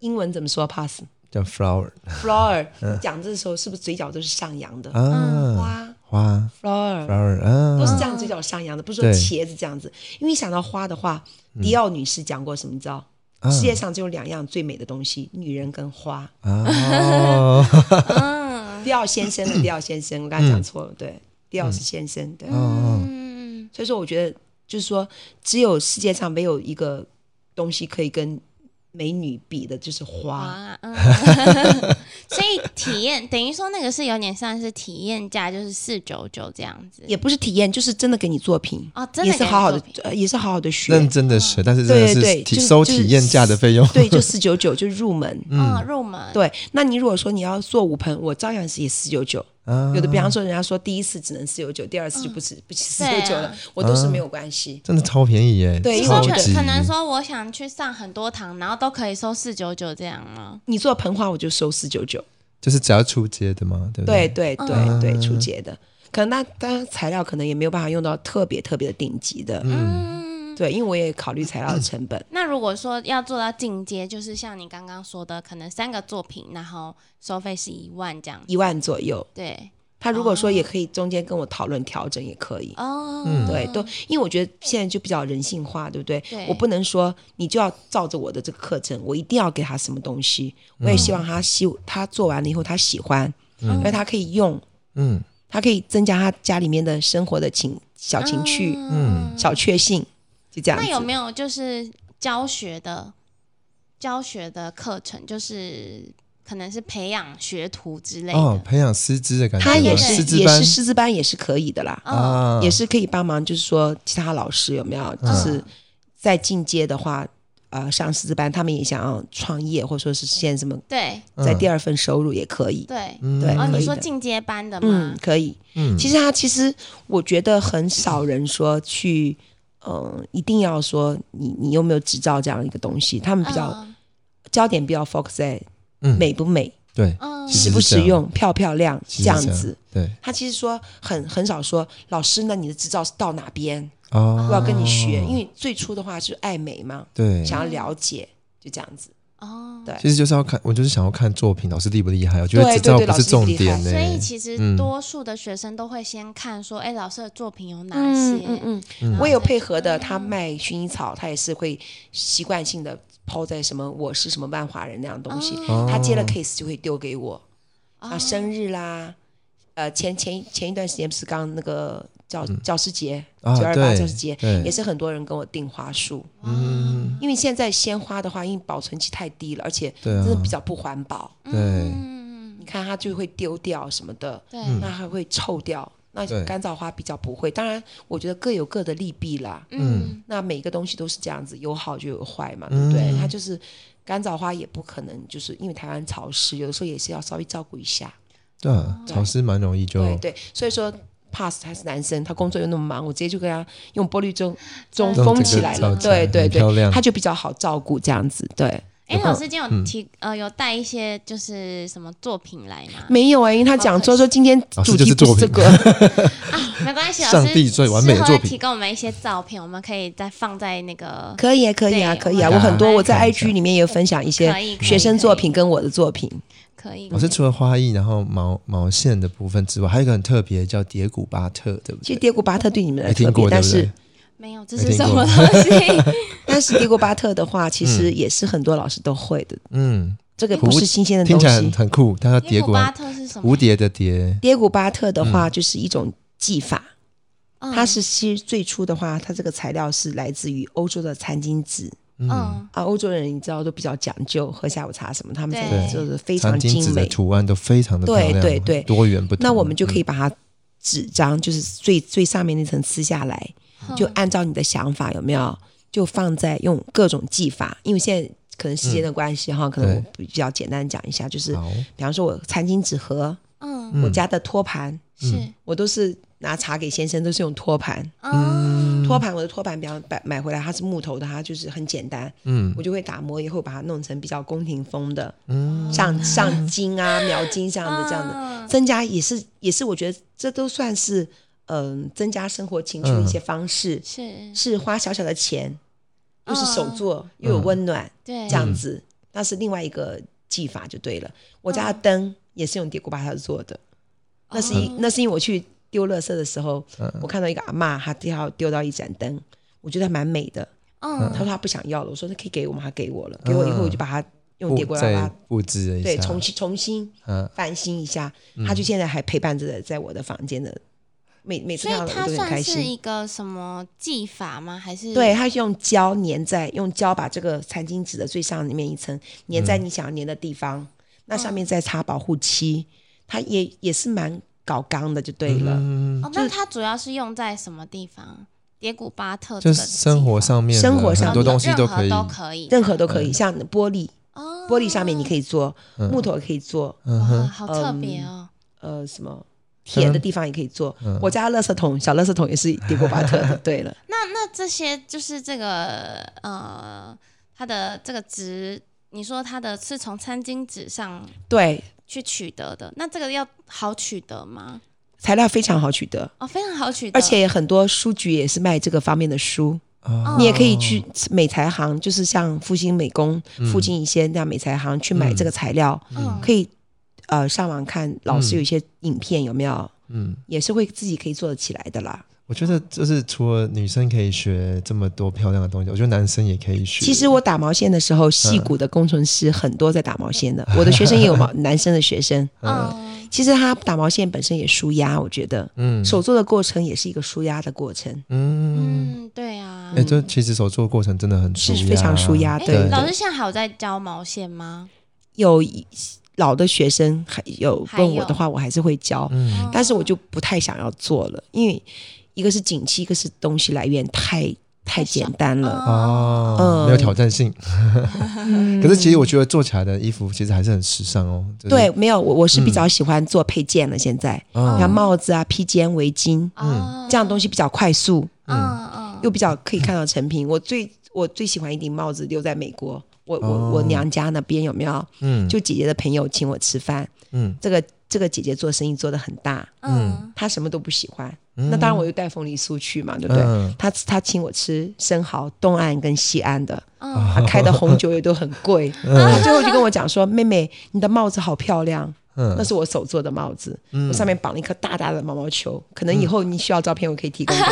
Speaker 3: 英文怎么说 pass
Speaker 2: 叫 flower
Speaker 3: flower，、你讲这时候是不是嘴角都是上扬的？
Speaker 2: 嗯啊，
Speaker 3: 花
Speaker 2: 花
Speaker 3: flower
Speaker 2: flower
Speaker 3: 都是这
Speaker 2: 啊，
Speaker 3: 样嘴角上扬的，不是说
Speaker 2: 对嗯
Speaker 3: 茄子这样子。因为想到花的话，迪奥女士讲过什么？你知道？
Speaker 2: 啊
Speaker 3: 世界上只有两样最美的东西，女人跟花。
Speaker 2: 哦，
Speaker 1: 嗯
Speaker 3: 迪奥先生 的迪奥先生，我刚才讲错了，
Speaker 2: 嗯
Speaker 3: 对，迪奥是先生，对。
Speaker 1: 嗯，
Speaker 3: 所以说，我觉得就是说，只有世界上没有一个东西可以跟美女比的，就是花。
Speaker 1: 哇，嗯， 所以体验等于说那个是有点像是体验价，就是四九九这样子。
Speaker 3: 也不是体验，就是真的给你作品，
Speaker 1: 哦，真的
Speaker 3: 也是
Speaker 1: 给人
Speaker 3: 好好的
Speaker 1: 作品，
Speaker 3: 呃，也是好好的学。
Speaker 2: 认真的学，但是真
Speaker 3: 对
Speaker 2: 的
Speaker 3: 对
Speaker 2: 是
Speaker 3: 对，就
Speaker 2: 体
Speaker 3: 是
Speaker 2: 收体验价的费用，
Speaker 3: 对，就四九九就入门。
Speaker 1: 嗯，入门，
Speaker 3: 对，那你如果说你要做五盆，我照样是也四九九。
Speaker 2: 啊
Speaker 3: 有的，比方说，人家说第一次只能四九九，第二次就不吃不吃四九
Speaker 1: 嗯对
Speaker 3: 九了
Speaker 1: 啊，
Speaker 3: 我都是没有关系。
Speaker 2: 真的超便宜耶，
Speaker 3: 对
Speaker 1: 你
Speaker 3: 因为
Speaker 1: 说
Speaker 2: 超
Speaker 1: 可
Speaker 2: 级
Speaker 1: 可能说我想去上很多堂，然后都可以收四九九这样吗？
Speaker 3: 你做盆花，我就收四九九。
Speaker 2: 就是只要出街的嘛，对不
Speaker 3: 对
Speaker 2: 对？
Speaker 3: 对对
Speaker 2: 嗯
Speaker 3: 对，
Speaker 2: 嗯
Speaker 3: 出节的，可能那当然材料可能也没有办法用到特别特别的顶级的。
Speaker 1: 嗯，
Speaker 3: 对，因为我也考虑材料的成本。
Speaker 1: 那如果说要做到进阶，就是像你刚刚说的，可能三个作品，然后收费是一万这样子。
Speaker 3: 一万左右，
Speaker 1: 对，
Speaker 3: 他如果说也可以中间跟我讨论调整也可以，
Speaker 1: 哦，
Speaker 3: 嗯对，都因为我觉得现在就比较人性化，对不对？
Speaker 1: 对
Speaker 3: 我不能说你就要照着我的这个课程，我一定要给他什么东西，我也希望他希他做完了以后他喜欢，
Speaker 1: 嗯
Speaker 3: 而他可以用，
Speaker 2: 嗯，
Speaker 3: 他可以增加他家里面的生活的情小情趣、
Speaker 1: 嗯
Speaker 3: 小确幸，就这样
Speaker 1: 那
Speaker 3: 子。
Speaker 1: 有没有就是教学的教学的课程，就是可能是培养学徒之类的？
Speaker 2: 哦，培养师资的感觉，
Speaker 3: 他也
Speaker 1: 对
Speaker 3: 是
Speaker 2: 师资
Speaker 3: 也
Speaker 2: 班
Speaker 3: 是师资班也是可以的啦，
Speaker 1: 哦，
Speaker 2: 啊，
Speaker 3: 也是可以帮忙，就是说其他老师有没
Speaker 2: 嗯
Speaker 3: 有就是在进阶的话，呃，上师资班他们也想要创业，或者说是现在什么
Speaker 1: 对
Speaker 3: 在第
Speaker 2: 二，
Speaker 3: 二份收入也可以，
Speaker 1: 对，
Speaker 2: 嗯
Speaker 3: 对
Speaker 1: 哦，
Speaker 3: 可
Speaker 1: 你
Speaker 3: 以
Speaker 1: 说
Speaker 3: 的
Speaker 1: 进阶班的吗
Speaker 3: 嗯，？可以。
Speaker 2: 嗯
Speaker 3: 其实他其实我觉得很少人说去。嗯，一定要说你你有没有执照这样一个东西？他们比较、
Speaker 1: 嗯
Speaker 3: 焦点比较 focus 在
Speaker 2: 嗯
Speaker 3: 美不美、
Speaker 2: 对
Speaker 1: 嗯
Speaker 2: 其实
Speaker 3: 实不
Speaker 2: 是这
Speaker 3: 实
Speaker 2: 样
Speaker 3: 用、漂不漂亮
Speaker 2: 其实是
Speaker 3: 这样
Speaker 2: 这样
Speaker 3: 子。
Speaker 2: 对
Speaker 3: 他其实说很很少说老师，那你的执照是到哪边？
Speaker 2: 哦，
Speaker 3: 我要跟你学，因为最初的话是爱美嘛，
Speaker 2: 对，
Speaker 3: 想要了解，就这样子。
Speaker 1: 哦，
Speaker 3: 对
Speaker 2: 其实就是要看，我就是想要看作品，老师厉不厉害？我觉
Speaker 3: 对
Speaker 2: 得执照
Speaker 3: 对对
Speaker 2: 不是重点
Speaker 3: 老
Speaker 2: 呢、
Speaker 1: 所以其实
Speaker 2: 嗯
Speaker 1: 多数的学生都会先看说，哎，老师的作品有哪些？
Speaker 3: 嗯
Speaker 2: 嗯
Speaker 3: 我有配合的，他卖薰衣草，他也是会习惯性的抛在什么我是什么漫画人那样东西。
Speaker 2: 哦
Speaker 3: 他接了 case 就会丢给我啊，
Speaker 1: 哦
Speaker 3: 生日啦，呃，前前前一段时间不是刚那个教教师节，
Speaker 2: 啊
Speaker 3: 九二八
Speaker 2: 对
Speaker 3: 教师节
Speaker 2: 对
Speaker 3: 也是很多人跟我订花束，
Speaker 1: 哦
Speaker 2: 嗯，
Speaker 3: 因为现在鲜花的话，因为保存期太低了，而且
Speaker 2: 对啊
Speaker 3: 真的比较不环保。
Speaker 2: 对，
Speaker 1: 嗯，
Speaker 3: 你看它就会丢掉什么的，
Speaker 1: 对，
Speaker 3: 那还会臭掉。那
Speaker 2: 嗯对
Speaker 3: 干燥花比较不会，当然我觉得各有各的利弊啦。
Speaker 1: 嗯，
Speaker 3: 那每个东西都是这样子，有好就有坏嘛，
Speaker 2: 嗯
Speaker 3: 对不对？它就是干燥花也不可能，就是因为台湾潮湿，有的时候也是要稍微照顾一下。
Speaker 2: 对啊，潮湿蛮容易就
Speaker 3: 对对，所以说 pass 他是男生，他工作又那么忙，我直接就跟他用玻璃中中
Speaker 1: 这
Speaker 2: 弄
Speaker 3: 封
Speaker 2: 这
Speaker 3: 起
Speaker 2: 个
Speaker 3: 来
Speaker 2: 罩
Speaker 3: 了，
Speaker 2: 起
Speaker 3: 对
Speaker 2: 来
Speaker 3: 对
Speaker 2: 很
Speaker 3: 对
Speaker 2: 漂，亮
Speaker 3: 他就比较好照顾这样子，对。
Speaker 1: 哎，老师今天有提呃有带一些就是什么作品来吗？
Speaker 3: 没有啊，因为他讲说说今天
Speaker 2: 老师就
Speaker 3: 主题
Speaker 2: 是
Speaker 3: 不
Speaker 2: 作
Speaker 3: 是这
Speaker 2: 品
Speaker 3: 个，
Speaker 1: 没关系，老
Speaker 2: 上
Speaker 1: 师
Speaker 2: 帝最完美的
Speaker 1: 事后
Speaker 2: 作
Speaker 1: 再
Speaker 2: 品
Speaker 1: 提供我们一些照片，我们可以再放在那个
Speaker 3: 可以啊，可以啊，
Speaker 1: 对
Speaker 3: 可以啊，
Speaker 1: 我们
Speaker 3: 我很多我在
Speaker 2: 看一下
Speaker 3: IG 里面也有分享一
Speaker 1: 可以
Speaker 3: 些
Speaker 1: 可以
Speaker 3: 学
Speaker 2: 嗯
Speaker 3: 生作品跟我的作品，
Speaker 1: 可以
Speaker 2: 老师除了花艺，然后毛毛线的部分之外，还有一个很特别叫蝶古巴特，对不
Speaker 3: 其实
Speaker 2: 对？
Speaker 3: 蝶古巴特对你们来
Speaker 2: 没
Speaker 3: 特
Speaker 2: 听
Speaker 3: 别，
Speaker 2: 过，对
Speaker 3: 但
Speaker 2: 不
Speaker 3: 是
Speaker 2: 对？
Speaker 1: 没有，这
Speaker 2: 没
Speaker 1: 是
Speaker 2: 听
Speaker 1: 什么
Speaker 2: 过
Speaker 1: 东 西？
Speaker 3: 但是蝶古巴特的话，其实也是很多老师都会的，
Speaker 2: 嗯，
Speaker 3: 这个不是新鲜的
Speaker 2: 听
Speaker 3: 东
Speaker 2: 起来很
Speaker 3: 西。
Speaker 2: 很酷，它叫蝶
Speaker 1: 耶
Speaker 2: 古
Speaker 1: 古巴
Speaker 2: 巴，
Speaker 1: 特是什么？
Speaker 2: 蝴蝶的蝶，
Speaker 3: 蝶古巴特的
Speaker 2: 嗯
Speaker 3: 话，就是一种技法，
Speaker 2: 啊
Speaker 1: 嗯
Speaker 3: 它是其实最初的话，它这个材料是来自于欧洲的餐巾纸
Speaker 2: 嗯，
Speaker 1: 嗯
Speaker 3: 啊，欧洲人你知道都比较讲究，喝下午茶什么，他们才
Speaker 1: 对
Speaker 3: 做的非常
Speaker 2: 餐巾
Speaker 3: 精
Speaker 2: 纸的
Speaker 3: 美。
Speaker 2: 图案都非常的漂
Speaker 3: 对
Speaker 2: 亮，
Speaker 3: 对对
Speaker 2: 多元不同。嗯
Speaker 3: 那我们就可
Speaker 2: 以
Speaker 3: 以把它纸张，就是最最上面那层撕下来，就
Speaker 1: 嗯
Speaker 3: 按照你的想法有没有，就放在用各种技法，因为现在可能时间的关系哈，可能我比较简单讲一下，就是
Speaker 2: 嗯好，
Speaker 3: 比方说我餐巾纸盒，
Speaker 1: 嗯
Speaker 2: 嗯
Speaker 3: 我家的托盘，
Speaker 1: 是，
Speaker 3: 我都是拿茶给先生，都是用托盘。
Speaker 1: 嗯，
Speaker 3: 托盘我的托盘，比方买买回来，它是木头的，它就是很简单，
Speaker 2: 嗯
Speaker 3: 我就会打磨以后把它弄成比较宫廷风的，
Speaker 2: 嗯
Speaker 3: 上上金啊、描金这样的这样的，
Speaker 1: 的，
Speaker 3: 增加也是也是，我觉得这都算是嗯、增加生活情趣
Speaker 2: 嗯
Speaker 3: 的一些方式，
Speaker 1: 是，
Speaker 3: 是花小小的钱，又是手
Speaker 1: 嗯
Speaker 3: 做、又有温暖，
Speaker 1: 对，
Speaker 3: 这样子，那是另外一个技法就对了。我家的灯也是用蝶古巴塔做的，那是
Speaker 1: 嗯
Speaker 3: 因、
Speaker 1: 哦
Speaker 3: 那是因为我去丢垃圾的时候，
Speaker 2: 嗯
Speaker 3: 我看到一个阿嬷，她掉丢到一盏灯，我觉得还蛮美的。
Speaker 1: 嗯
Speaker 3: 她说她不想要了，我说那可以给我吗？她给我了，给我以后我就把它用
Speaker 2: 布
Speaker 3: 蝶古巴
Speaker 2: 哦再
Speaker 3: 塔
Speaker 2: 布置了一下，
Speaker 3: 对重新重新
Speaker 2: 嗯
Speaker 3: 翻新一下，她就现在还陪伴着在我的房间的，每每次
Speaker 1: 所以
Speaker 3: 看到我
Speaker 1: 它
Speaker 3: 都很
Speaker 1: 算
Speaker 3: 开
Speaker 1: 是
Speaker 3: 心。
Speaker 1: 一个什么技法吗？还是
Speaker 3: 对，她是用胶粘在，用胶把这个餐巾纸的最上面一层粘在你想要粘的地方，那上面再擦保护漆，它也也是蛮搞刚的，就对了。
Speaker 2: 嗯，
Speaker 1: 哦，那它主要是用在什么地方？蝶古巴特这
Speaker 2: 就
Speaker 1: 个
Speaker 2: 是生活上面的
Speaker 3: 生活上
Speaker 2: 很多东西
Speaker 1: 都
Speaker 2: 可以，
Speaker 1: 都可以，
Speaker 3: 任何都可以，像玻璃，
Speaker 1: 哦，
Speaker 3: 玻璃上面你可以做，木头也可以做，
Speaker 2: 嗯
Speaker 1: 哇，
Speaker 2: 哼，
Speaker 1: 好特别哦，
Speaker 3: 呃，什么铁的地方也可以做。我家的垃圾桶，小垃圾桶也是迪波巴特的。对了，
Speaker 1: 那那这些就是这个呃，它的这个值，你说它的是从餐巾纸上
Speaker 3: 对，
Speaker 1: 去取得的，那这个要好取得吗？
Speaker 3: 材料非常好取得，
Speaker 1: 哦，非常好取得，
Speaker 3: 而且很多书局也是卖这个方面的书，
Speaker 2: 啊
Speaker 3: 你也可以
Speaker 2: 哦
Speaker 3: 去美材行，就是像复兴美工
Speaker 2: 嗯
Speaker 3: 附近一些那样美材行去买这个材料，
Speaker 1: 嗯
Speaker 3: 可以呃上网看老师有一些影片有没有，
Speaker 2: 嗯。
Speaker 3: 也是会自己可以做得起来的啦。
Speaker 2: 我觉得就是除了女生可以学这么多漂亮的东西，我觉得男生也可以学。
Speaker 3: 其实我打毛线的时候，戏骨的工程师很多在打毛 线的，我的学生也有毛男生的学生。
Speaker 1: 嗯
Speaker 3: 其实他打毛线本身也舒压，我觉得
Speaker 2: 嗯
Speaker 3: 手做的过程也是一个舒压的过程。
Speaker 2: 嗯，
Speaker 1: 嗯，对啊
Speaker 2: 哎、。就其实手做过程真的很舒压
Speaker 3: 是非常舒压
Speaker 1: 哎
Speaker 3: 对对
Speaker 1: 老师现在还有在教毛线吗？
Speaker 3: 有一老的学生还有
Speaker 1: 还有
Speaker 3: 问我的话，我还是会教，
Speaker 2: 嗯
Speaker 3: 但是我就不太想要做了，因为一个是景气，一个是东西来源太太简单了。
Speaker 2: 哦，
Speaker 3: 嗯
Speaker 2: 没有挑战性。可是其实我觉得做起来的衣服其实还是很时尚哦。就是、
Speaker 3: 对，，没有我我是比较喜欢做配件了，现在
Speaker 2: 嗯
Speaker 3: 像帽子啊、披肩、围巾
Speaker 1: 嗯
Speaker 3: 这样东西比较快速。
Speaker 1: 嗯嗯，
Speaker 3: 又比较可以看到成品。我最我最喜欢一顶帽子留在美国，我我、
Speaker 2: 哦
Speaker 3: 我娘家那边有没有？
Speaker 2: 嗯
Speaker 3: 就姐姐的朋友请我吃饭，
Speaker 2: 嗯
Speaker 3: 这个这个姐姐做生意做得很大，
Speaker 1: 嗯
Speaker 3: 她什么都不喜欢。那当然我又带凤梨酥去嘛，对不对？
Speaker 2: 嗯
Speaker 3: 她她请我吃生蚝，东岸跟西岸的，
Speaker 2: 啊
Speaker 1: 嗯
Speaker 3: 她开的红酒也都很 贵。
Speaker 2: 嗯
Speaker 3: 她最后就跟我讲说：“妹妹，你的帽子好漂亮。”那
Speaker 2: 嗯，
Speaker 3: 是我手做的帽子，我上面绑了一颗大大的毛毛球，可能以后你需要照片，我可以提供 给你。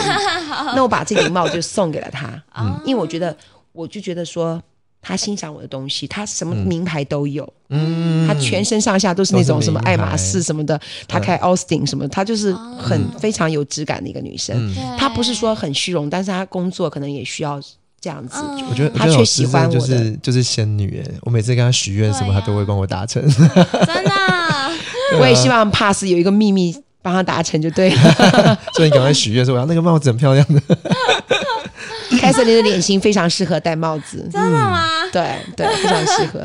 Speaker 3: 那我把这顶帽就送给了他，
Speaker 1: 哦
Speaker 3: 因为我觉得，我就觉得说他欣赏我的东西，他什么名牌都有，
Speaker 2: 嗯
Speaker 3: 他全身上下都是那
Speaker 2: 都
Speaker 3: 种
Speaker 2: 是
Speaker 3: 什么
Speaker 2: 名牌嗯
Speaker 3: 爱马仕什么的，他开 Austin 什么的，他就是很、
Speaker 1: 哦
Speaker 3: 非常有质感的一个女生。
Speaker 2: 嗯，
Speaker 1: 对
Speaker 3: 她不是说很虚荣，但是她工作可能也需要这样子。
Speaker 1: 嗯
Speaker 3: 就
Speaker 2: 我觉得我觉
Speaker 3: 他
Speaker 2: 得
Speaker 3: 却
Speaker 2: 老
Speaker 3: 喜
Speaker 2: 师
Speaker 3: 欢
Speaker 2: 真的就
Speaker 3: 我的
Speaker 2: 是就是仙女哎，我每次跟她许愿什么，
Speaker 1: 对啊
Speaker 2: 她都会帮我达成。
Speaker 1: 真的，啊
Speaker 3: 我也希望 Pass 有一个秘密帮她达成就对 了。
Speaker 2: 所以你赶快许愿说，我要那个帽子很漂亮的。
Speaker 3: 凯瑟琳的脸型非常适合戴帽子， 嗯
Speaker 1: 真的吗？
Speaker 3: 对对，非常适合。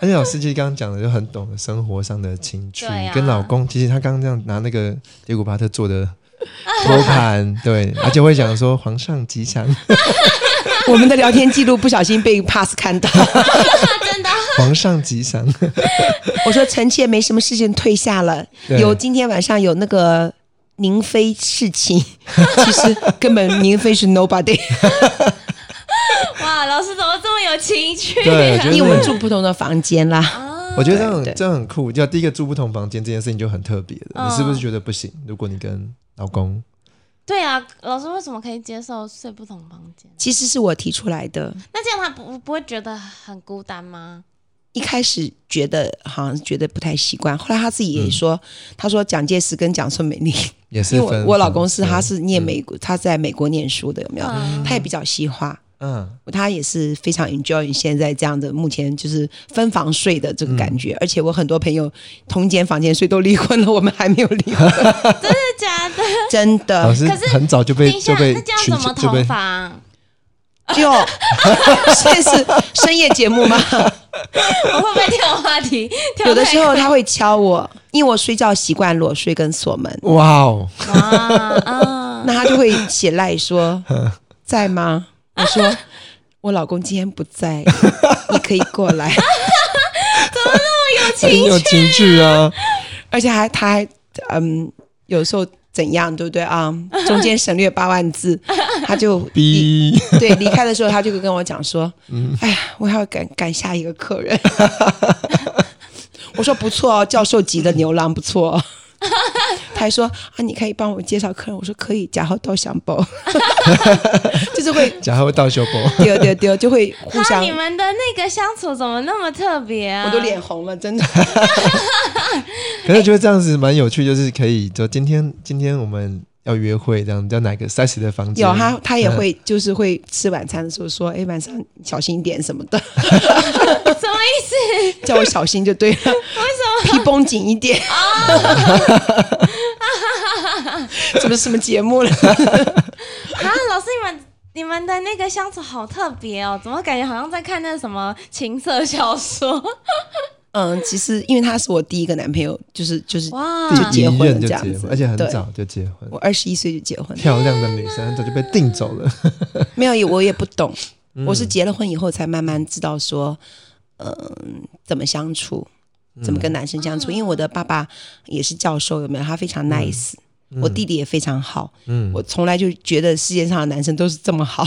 Speaker 2: 而且老师其实刚刚讲的就很懂得生活上的情趣，
Speaker 1: 对啊
Speaker 2: 跟老公其实他刚刚这样拿那个蝶古巴特 做的托盘，对，而且会讲说皇上吉祥，
Speaker 3: 我们的聊天记录不小心被 Pass 看到，
Speaker 2: 皇上 吉祥，
Speaker 3: 我说臣妾没什么事情退下了，
Speaker 2: 对
Speaker 3: 有今天晚上有那个宁妃侍寝，其实根本宁妃是 nobody，
Speaker 1: 哇，老师怎么这么有情趣？
Speaker 2: 对，我觉
Speaker 3: 因
Speaker 2: 得
Speaker 3: 为我们住不同的房间啦。
Speaker 1: 啊，
Speaker 2: 我觉得这样
Speaker 3: 对对
Speaker 2: 这样很酷。就第一个住不同房间这件事情就很特别的，
Speaker 1: 嗯
Speaker 2: 你是不是觉得不行？如果你跟老公，
Speaker 1: 对啊，老师为什么可以接受睡不同房间？
Speaker 3: 其实是我提出来的，
Speaker 1: 那这样他不不会觉得很孤单吗？
Speaker 3: 一开始觉得好像觉得不太习惯，后来他自己也说，他说蒋介石跟蒋宋 美龄，
Speaker 2: 也是
Speaker 3: 因为我
Speaker 2: 分，
Speaker 3: 我老公是
Speaker 2: 嗯对
Speaker 3: 他是念美国，他在美国念书的，有没有？
Speaker 1: 嗯
Speaker 3: 他也比较西化。
Speaker 2: 嗯
Speaker 3: 他也是非常 enjoy 现在这样的目前就是分房睡的这个感
Speaker 2: 嗯
Speaker 3: 觉，而且我很多朋友同间房间睡都离婚了，我们还没有离 婚，
Speaker 1: 是假 的？
Speaker 3: 真
Speaker 2: 老
Speaker 3: 的
Speaker 2: 师
Speaker 1: 可是
Speaker 2: 很早就
Speaker 1: 等
Speaker 2: 被
Speaker 1: 一下，
Speaker 2: 就被
Speaker 1: 那这样怎么
Speaker 2: 群就被
Speaker 1: 同房？
Speaker 3: 就现在是深夜节目吗？
Speaker 1: 我会不会跳话题？跳
Speaker 3: 有的
Speaker 1: 太
Speaker 3: 时候
Speaker 1: 快
Speaker 3: 他会敲我，因为我睡觉习惯裸睡跟锁门，
Speaker 2: 哇哦，
Speaker 1: 哇啊，
Speaker 3: 那他就会写赖说在吗？我说我老公今天不在，你可以过来，
Speaker 1: 有
Speaker 2: 很
Speaker 1: 情
Speaker 2: 有情 趣啊！
Speaker 3: 而且还他还嗯有时候。怎样，对不对啊？中间省略八万字，他就离
Speaker 2: 逼，
Speaker 3: 对离开的时候，他就会跟我讲说：“哎呀，我还要赶赶下一个客人。” 我说：“不错哦，教授级的牛郎不错、哦。”他还说：“啊，你可以帮我介绍客人。”我说：“可以，假号到香包。” 就是会
Speaker 2: 然后到修 波，
Speaker 3: 丢丢丢，就会互
Speaker 1: 哈，
Speaker 3: 相
Speaker 1: 你，们的那个相处怎么那么特别啊？
Speaker 3: 我都脸红了，真的。
Speaker 2: 可是我觉得这样子蛮有趣，就是可以就今天今天我们要约会，这样叫哪个三十的房间？
Speaker 3: 有他，他也会就是会吃晚餐的时候说：“哎，晚上小心一点什么的，
Speaker 1: 什么意思？
Speaker 3: 叫我小心就对 了。”为什么皮绷紧一点？
Speaker 1: 啊
Speaker 3: 什么什么节目了？
Speaker 1: 啊，老师，你们你们的那个相处好特别哦，怎么感觉好像在看那什么情色小说？
Speaker 3: 嗯，其实因为他是我第一个男朋友，就是就是
Speaker 1: 哇，
Speaker 2: 第
Speaker 3: 结
Speaker 2: 一
Speaker 3: 婚
Speaker 2: 任就
Speaker 3: 了这
Speaker 2: 结
Speaker 3: 样
Speaker 2: 婚
Speaker 3: 子，
Speaker 2: 而且很
Speaker 3: 对
Speaker 2: 早就结婚，
Speaker 3: 我二十一岁就结婚了，
Speaker 2: 漂亮的女生早就被定走 了。
Speaker 3: 没有我也不懂，
Speaker 2: 嗯
Speaker 3: 我是结了婚以后才慢慢知道说，嗯、怎么相处，
Speaker 2: 嗯
Speaker 3: 怎么跟男生相处。因为我的爸爸也是教授，有没有？他非常 nice，、我弟弟也非常好，
Speaker 2: 嗯
Speaker 3: 我从来就觉得世界上的男生都是这么好。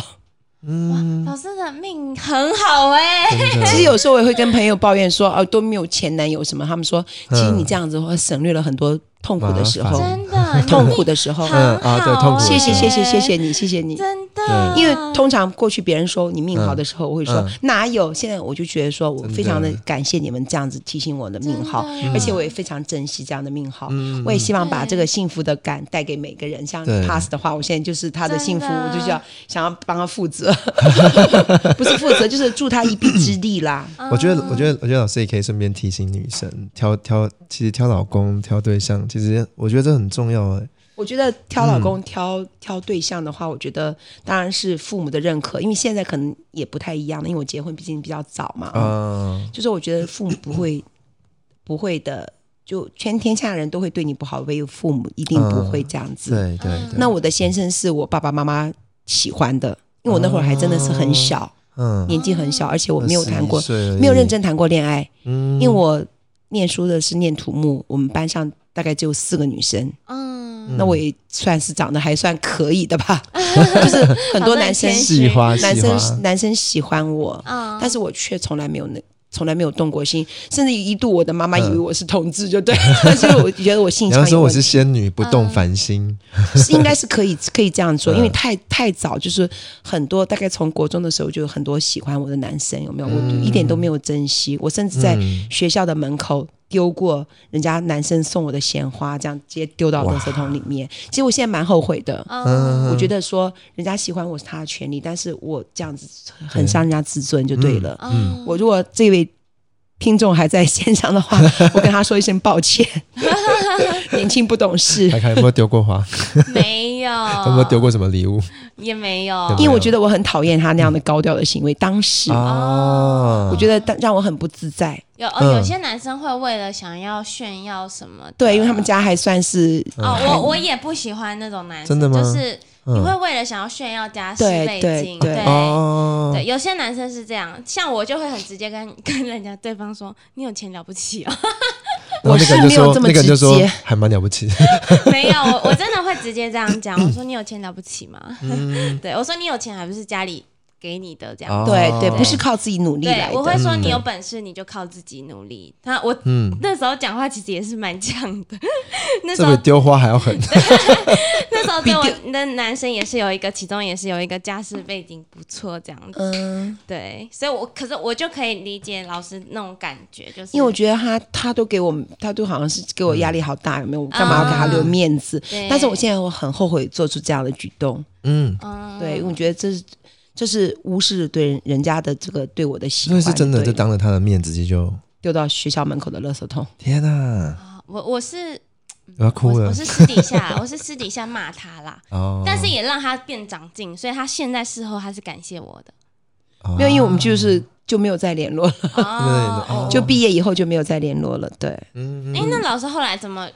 Speaker 2: 嗯，
Speaker 1: 老师的命很好哎、
Speaker 2: 真的
Speaker 3: 其实有时候我也会跟朋友抱怨说，哦、都没有前男友什么。他们说，其实你
Speaker 2: 嗯
Speaker 3: 这样子会省略了很多痛苦的时
Speaker 2: 麻
Speaker 3: 候，
Speaker 2: 烦
Speaker 1: 真的
Speaker 3: 痛苦的时候
Speaker 1: 好。
Speaker 2: 嗯啊对痛苦的
Speaker 3: 谢谢
Speaker 2: 时候
Speaker 3: 谢谢谢谢你，谢谢你
Speaker 1: 你，真的，
Speaker 3: 因为通常过去别人说你命好的时候，我会说、
Speaker 2: 嗯
Speaker 3: 哪有？现在我就觉得说我
Speaker 2: 真的
Speaker 3: 非常的感谢你们这样子提醒我的命好
Speaker 1: 真的，
Speaker 3: 而且我也非常珍惜这样的命好。
Speaker 2: 嗯
Speaker 3: 我也希望把
Speaker 1: 对
Speaker 3: 这个幸福的感带给每个人。像
Speaker 2: 对
Speaker 3: Pass 的话，我现在就是他的幸福，
Speaker 1: 真的
Speaker 3: 我就是要想要帮他负 责，不是负责，就是助他一臂之力啦。
Speaker 2: 我觉得，我觉得，我觉得老师也可以顺便提醒女生挑挑，其实挑老公、挑对象，其实我觉得这很重要哎。
Speaker 3: 我觉得挑老公、挑挑对象的话，我觉得当然是父母的认可，因为现在可能也不太一样了，因为我结婚毕竟比较早嘛。
Speaker 2: 啊，
Speaker 3: 就是我觉得父母不会不会的，就全天下人都会对你不好，唯有父母一定不会这样子。
Speaker 2: 嗯对对对。
Speaker 3: 那我的先生是我爸爸妈妈喜欢的，因为我那会儿还真的是很小，
Speaker 2: 嗯，
Speaker 3: 年纪很小，而且我没有谈过
Speaker 2: 21，岁而已
Speaker 3: 没有认，真谈过恋爱，
Speaker 2: 嗯
Speaker 3: 因为我念书的是念土木，我们班上。大概只有四个女生，
Speaker 1: 嗯，
Speaker 3: 那我也算是长得还算可以的吧， 就是很多男生
Speaker 1: 好像很谦虚
Speaker 2: 喜欢
Speaker 3: 男
Speaker 2: 喜
Speaker 3: 生
Speaker 2: 欢，
Speaker 3: 男生喜欢我，
Speaker 1: 啊，
Speaker 3: 但是我却从来没有那。从来没有动过心，甚至一度我的妈妈以为我是同志，就对， 所以我觉得 我性
Speaker 2: 嗯你
Speaker 3: 常
Speaker 2: 要
Speaker 3: 有
Speaker 2: 说我
Speaker 3: 问题
Speaker 2: 是仙女不
Speaker 1: 嗯
Speaker 2: 动凡心，
Speaker 3: 是应该是可以 可以这样做，
Speaker 2: 嗯
Speaker 3: 因为太太早就是很多大概从国中的时候就有很多喜欢我的男生，有没有？我一点都没有珍惜，我甚至在
Speaker 2: 嗯
Speaker 3: 学校的门口丢过人家男生送我的鲜花，这样直接丢到垃圾桶里面。其实我现在蛮后悔的，
Speaker 1: 嗯，
Speaker 3: 我觉得说人家喜欢我是他的权利，但是我这样子很伤人家自尊就对了。
Speaker 1: 嗯
Speaker 3: 我如果这位听众还在线上的话，我跟他说一声 抱歉，年轻不懂事
Speaker 2: 看。看有没有丢 过花，
Speaker 1: 没有，
Speaker 2: 有没有丢过什么礼物
Speaker 1: 也没有，
Speaker 2: 对
Speaker 3: 因为我觉得我很讨厌他那样的高调的行为，当时、
Speaker 2: 啊？
Speaker 1: 哦
Speaker 3: 我觉得当让我很不自在。
Speaker 1: 有哦，
Speaker 2: 嗯
Speaker 1: 有些男生会为了想要炫耀什么的，
Speaker 2: 啊
Speaker 3: 对，因为他们家还算是
Speaker 1: 哦，我我也不喜欢那种男生，
Speaker 2: 嗯真的吗
Speaker 1: 就是
Speaker 2: 嗯
Speaker 1: 你会为了想要炫耀加十
Speaker 3: 对
Speaker 1: 倍
Speaker 3: 对
Speaker 1: 镜，
Speaker 3: 对
Speaker 2: 哦，
Speaker 1: 对，有些男生是这样，像我就会很直接跟 跟人家对方说，你有钱了不起哦，
Speaker 2: 然后那个人就说
Speaker 3: 我是没有这么
Speaker 2: 那个人就说
Speaker 3: 直接
Speaker 2: 还蛮了不起的，
Speaker 1: 没有，我我真的会直接这样 讲，我说你有钱了不起吗？
Speaker 3: 嗯
Speaker 1: 对，我说你有钱还不是家里给你的这样。
Speaker 3: 对对，
Speaker 2: 哦
Speaker 3: 不是靠自己努力
Speaker 1: 对
Speaker 3: 来，
Speaker 1: 我会
Speaker 3: 的。
Speaker 1: 说你有
Speaker 2: 嗯
Speaker 1: 本事你就靠自己努力。他 我
Speaker 2: 嗯，
Speaker 1: 那时候讲话其实也是蛮呛的， 那时
Speaker 2: 这
Speaker 1: 候
Speaker 2: 比丢花还 要狠，
Speaker 1: 那时候对我那男生也是有一个，其中也是有一个家世背景不错这样子，
Speaker 3: 嗯，
Speaker 1: 对，所以我可是我就可以理解老师那种感觉，就是
Speaker 3: 因为我觉得他他都给我，他都好像是给我压力好大，有没有？我
Speaker 2: 嗯
Speaker 3: 干嘛要给他留面子？
Speaker 1: 对
Speaker 3: 但是我现在我很后悔做出这样的举动。
Speaker 2: 嗯，
Speaker 1: 嗯
Speaker 3: 对，因为我觉得这是这是无视对人人家的这个对我的喜
Speaker 2: 因
Speaker 3: 欢，
Speaker 2: 为是真的，
Speaker 3: 对
Speaker 2: 就当着他的面直接就
Speaker 3: 丢到学校门口的垃圾桶。
Speaker 2: 天哪，
Speaker 1: 啊我我是
Speaker 2: 我要哭
Speaker 1: 我
Speaker 2: 了
Speaker 1: 我是私底下我是私底下骂他啦，
Speaker 2: 哦，
Speaker 1: 但是也让他变长进，所以他现在事后他是感谢我的。
Speaker 2: 哦
Speaker 3: 没有，因为我们就是就没有再联络了，
Speaker 1: 哦，
Speaker 3: 就毕业以后就没有再联络了。对，
Speaker 2: 嗯，
Speaker 1: 哎、那老师后来怎么